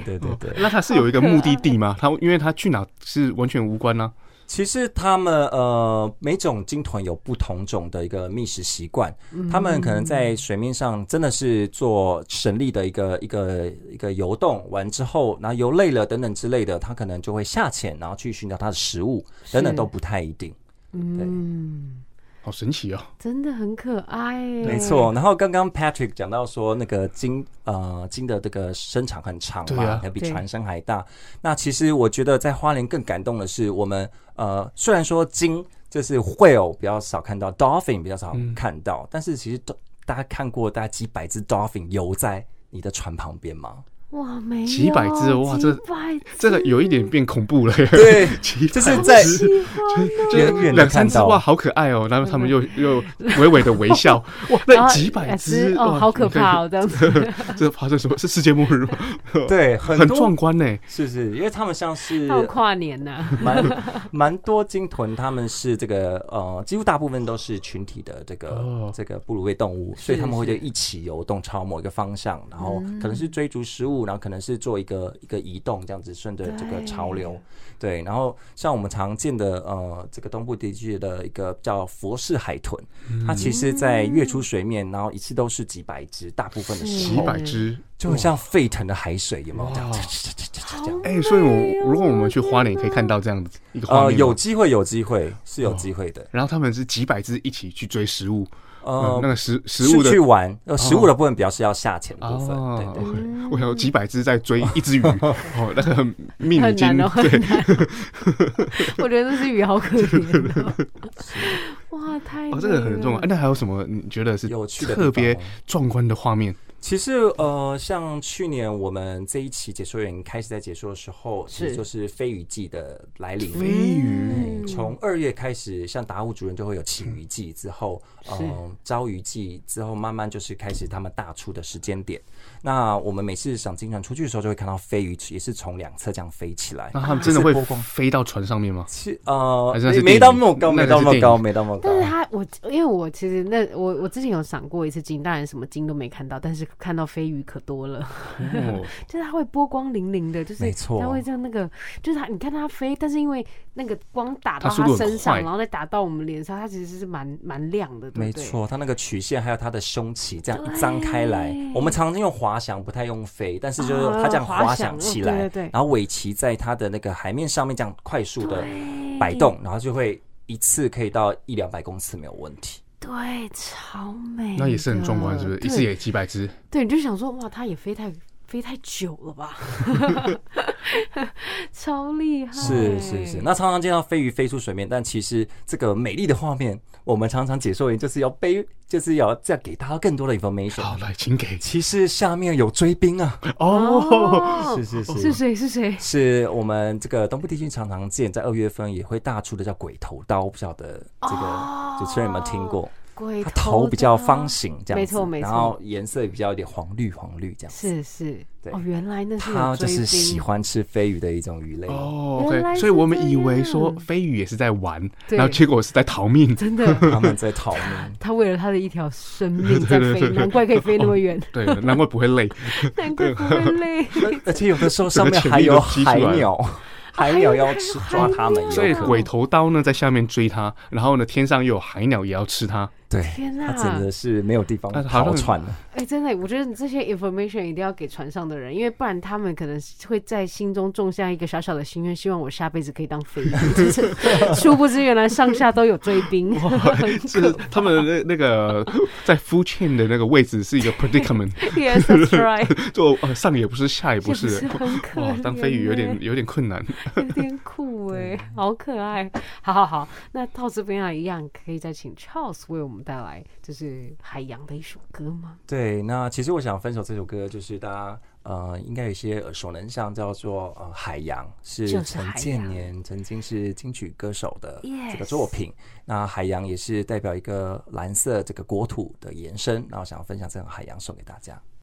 Speaker 9: 对对对对。
Speaker 3: 那他是有一个目的地 吗？他因为他去哪是完全无关啊呢？
Speaker 9: 其实他们呃，每种鲸豚有不同种的一个觅食习惯，他们可能在水面上真的是做省力的一个一个一个游动，完之后，然后游累了等等之类的，它可能就会下潜，然后去寻找它的食物，等等都不太一定。
Speaker 7: 嗯，
Speaker 3: 好神奇哦！
Speaker 7: 真的很可爱耶。
Speaker 9: 没错。然后刚刚 Patrick 讲到说，那个鲸呃鲸的这个身长很长
Speaker 3: 对
Speaker 9: 嘛，
Speaker 3: 啊
Speaker 9: 可能比
Speaker 7: 对
Speaker 9: 船身还大。那其实我觉得在花莲更感动的是，我们呃虽然说鲸就是 whale 比较少看到，dolphin 比较少看
Speaker 3: 嗯
Speaker 9: 到，但是其实都大家看过大概几百只 dolphin 游在你的船旁边吗？
Speaker 7: 哇，没有啊
Speaker 3: 几百只哇
Speaker 7: 几
Speaker 3: 这
Speaker 7: 百只
Speaker 3: 这个有一点变恐怖了耶。
Speaker 9: 对
Speaker 3: 奇
Speaker 9: 就
Speaker 3: 怪
Speaker 9: 是在
Speaker 3: 是
Speaker 7: 喜欢哦
Speaker 3: 就
Speaker 9: 远远的
Speaker 3: 两三
Speaker 9: 看
Speaker 3: 只
Speaker 9: 到，
Speaker 3: 哇，好可爱哦！然后他们又又微微的微笑，哇，
Speaker 7: 然
Speaker 3: 那
Speaker 7: 后
Speaker 3: 几百只
Speaker 7: 啊哦，好可怕！
Speaker 3: 哇
Speaker 7: 哦，这样子。
Speaker 3: 你看这发生什么？是世界末日吗？
Speaker 9: 对，
Speaker 3: 很
Speaker 9: 多
Speaker 3: 壮观呢。
Speaker 9: 是是，因为他们像是
Speaker 7: 到跨年呐，
Speaker 9: 蛮 蛮多鲸豚，他们是这个呃，几乎大部分都是群体的这个、
Speaker 3: 哦嗯
Speaker 9: 这个哺乳类动物，所以他们会就一起游动朝某一个方向，然后可能是追逐食物，物，然后可能是做一个一个移动，这样子顺着这个潮
Speaker 3: 嗯
Speaker 9: 流。对，然后像我们常见的呃，这个东部地区的一个叫佛氏海豚，
Speaker 3: 嗯
Speaker 9: 它其实在跃出水面，然后一次都是几百只，大部分的时
Speaker 3: 几
Speaker 9: 候
Speaker 3: 百只，
Speaker 9: 就很像沸腾的海水，有没有？这样
Speaker 3: 哇
Speaker 9: 这样。
Speaker 3: 哎、所以我如果我们去花莲，可以看到这样子一个画面吗、
Speaker 9: 呃，有机会，有机会是
Speaker 3: 哦
Speaker 9: 有机会的。
Speaker 3: 然后他们是几百只一起去追食物，
Speaker 9: 呃
Speaker 3: 嗯，那个食食
Speaker 9: 是
Speaker 3: 物的
Speaker 9: 去玩，呃，食物的部分比较是要下潜的部分，对对
Speaker 3: 哦，OK，我想有几百只在追一 只鱼，哦，那个很命已
Speaker 7: 很
Speaker 3: 经
Speaker 7: 难哦，很
Speaker 3: 对，
Speaker 7: 难哦。 我觉得这只鱼好可怜哦。 哇，太
Speaker 3: 哦，这个很重要。
Speaker 7: 要
Speaker 3: 哎。那还有什么你觉得是
Speaker 9: 嗯有趣的地方
Speaker 3: 特别壮观的画面？
Speaker 9: 其实呃，像去年我们这一期解说员开始在解说的时候，其实就是飞鱼季的来临。
Speaker 3: 飞鱼，
Speaker 9: 嗯从二月开始，像达悟主任就会有起鱼季，之后，嗯，招鱼季之后，慢慢就是开始他们大出的时间点。那我们每次赏金船出去的时候，就会看到飞鱼也是从两侧这样飞起来。
Speaker 3: 那他们真的会
Speaker 9: 是波光
Speaker 3: 飞到船上面吗？
Speaker 9: 其呃
Speaker 3: 还是那是，
Speaker 9: 没
Speaker 3: 电
Speaker 9: 到
Speaker 3: 影
Speaker 9: 那么高，
Speaker 3: 那
Speaker 9: 没
Speaker 3: 个
Speaker 9: 到
Speaker 3: 是
Speaker 9: 那么
Speaker 3: 电
Speaker 9: 高，
Speaker 3: 影
Speaker 9: 没到那么高。
Speaker 7: 但是他我因为我其实那我我之前有赏过一次金，当然什么金都没看到，但是看到飞鱼可多了，
Speaker 3: 哦，
Speaker 7: 就是它会波光粼粼的，就是
Speaker 9: 没错
Speaker 7: 它会像那个，就是它你看它飞，但是因为那个光打到
Speaker 3: 它速度
Speaker 7: 它
Speaker 3: 很
Speaker 7: 身上，
Speaker 3: 快
Speaker 7: 然后再打到我们脸上，它其实是蛮蛮亮的，对
Speaker 9: 没
Speaker 7: 不对？
Speaker 9: 错，它那个曲线还有它的胸鳍这样一张开来，我们常常用滑翔，不太用飞，但是就是它这样
Speaker 7: 啊滑
Speaker 9: 滑
Speaker 7: 翔
Speaker 9: 翔起
Speaker 7: 嗯
Speaker 9: 来，
Speaker 7: 对对对
Speaker 9: 然后尾鳍在它的那个海面上面这样快速的
Speaker 7: 哎
Speaker 9: 摆动，然后就会一次可以到一两百公尺没有问题。
Speaker 7: 对，超美的，
Speaker 3: 那也是很壮观，是不是？一次
Speaker 7: 对
Speaker 3: 也几百只，
Speaker 7: 对，你就想说，哇，它也飞太飞太久了吧， 超厉害，
Speaker 9: 是是是，那常常见到飞鱼飞出水面，但其实这个美丽的画面，我们常常解说员就是要背，就是要再给大家更多的 information。
Speaker 3: 好，来，请给
Speaker 9: 其实下面有追兵啊！
Speaker 3: 哦，
Speaker 9: 是是是
Speaker 7: 是谁是谁？
Speaker 9: 是我们这个东部地区常常见，在二月份也会大出的叫鬼头刀，不晓得这个主持人有没有听过？
Speaker 7: 哦鬼
Speaker 9: 它头比较方
Speaker 7: 的，
Speaker 9: 形这样子，
Speaker 7: 没错没错
Speaker 9: 然后颜色也比较有点黄绿黄绿这样子。
Speaker 7: 是是，
Speaker 9: 对
Speaker 7: 哦，原来那是
Speaker 9: 它
Speaker 7: 有
Speaker 9: 就
Speaker 7: 追
Speaker 9: 是
Speaker 7: 星，
Speaker 9: 喜欢吃飞鱼的一种鱼类。
Speaker 3: 哦
Speaker 7: 原来
Speaker 3: ，OK，
Speaker 7: 是
Speaker 3: 所以我们以为
Speaker 7: 这
Speaker 3: 说
Speaker 7: 样
Speaker 3: 飞鱼也是在玩，
Speaker 7: 对
Speaker 3: 然后结果是在逃 命。
Speaker 7: 真的，，
Speaker 9: 他们在逃命
Speaker 7: 他为了他的一条生命在飞，难怪可以飞那 么远，
Speaker 3: 对，难怪不会累。
Speaker 7: 难怪不会累。
Speaker 9: 而且有的时候上面
Speaker 3: 整个
Speaker 9: 还有
Speaker 3: 潜力都激出
Speaker 9: 海
Speaker 3: 来了
Speaker 9: 鸟，海鸟要吃抓它们也有可能，
Speaker 3: 所以鬼头刀呢在下面追它，然后呢天上又有海鸟也要吃它。
Speaker 9: 对，
Speaker 7: 天
Speaker 9: 它
Speaker 7: 哪
Speaker 9: 真的是没有地方
Speaker 3: 那好像
Speaker 9: 逃窜了。
Speaker 7: 哎、真的，我觉得这些 information 一定要给船上的人，因为不然他们可能是会在心中种下一个小小的心愿，希望我下辈子可以当飞鱼。 就是殊不知原来上下都有追兵，
Speaker 3: 就是他们的那那个在 food chain 的那个位置是一个 predicament，
Speaker 7: yes, that's right，
Speaker 3: 就呃上也不是，下也不
Speaker 7: 是
Speaker 3: 是
Speaker 7: 不是。很可
Speaker 3: 哇，当飞鱼有
Speaker 7: 怜
Speaker 3: 点
Speaker 7: 欸
Speaker 3: 有点困难。
Speaker 7: 有点 酷哎、好可爱。好好好，那到这边啊，一样可以再请 Charles 为我们带来就是海洋的一首歌吗？
Speaker 9: 对，那其实我想分手这首歌，就是大家呃应该有一些耳熟能详，叫做呃《海洋》，是
Speaker 7: 就是
Speaker 9: 陈
Speaker 7: 海
Speaker 9: 建
Speaker 7: 洋
Speaker 9: 年曾经是金曲歌手的这个
Speaker 7: Yes
Speaker 9: 作品。那海洋也是代表一个蓝色这个国土的延伸，然后想要分享这种海洋送给大家。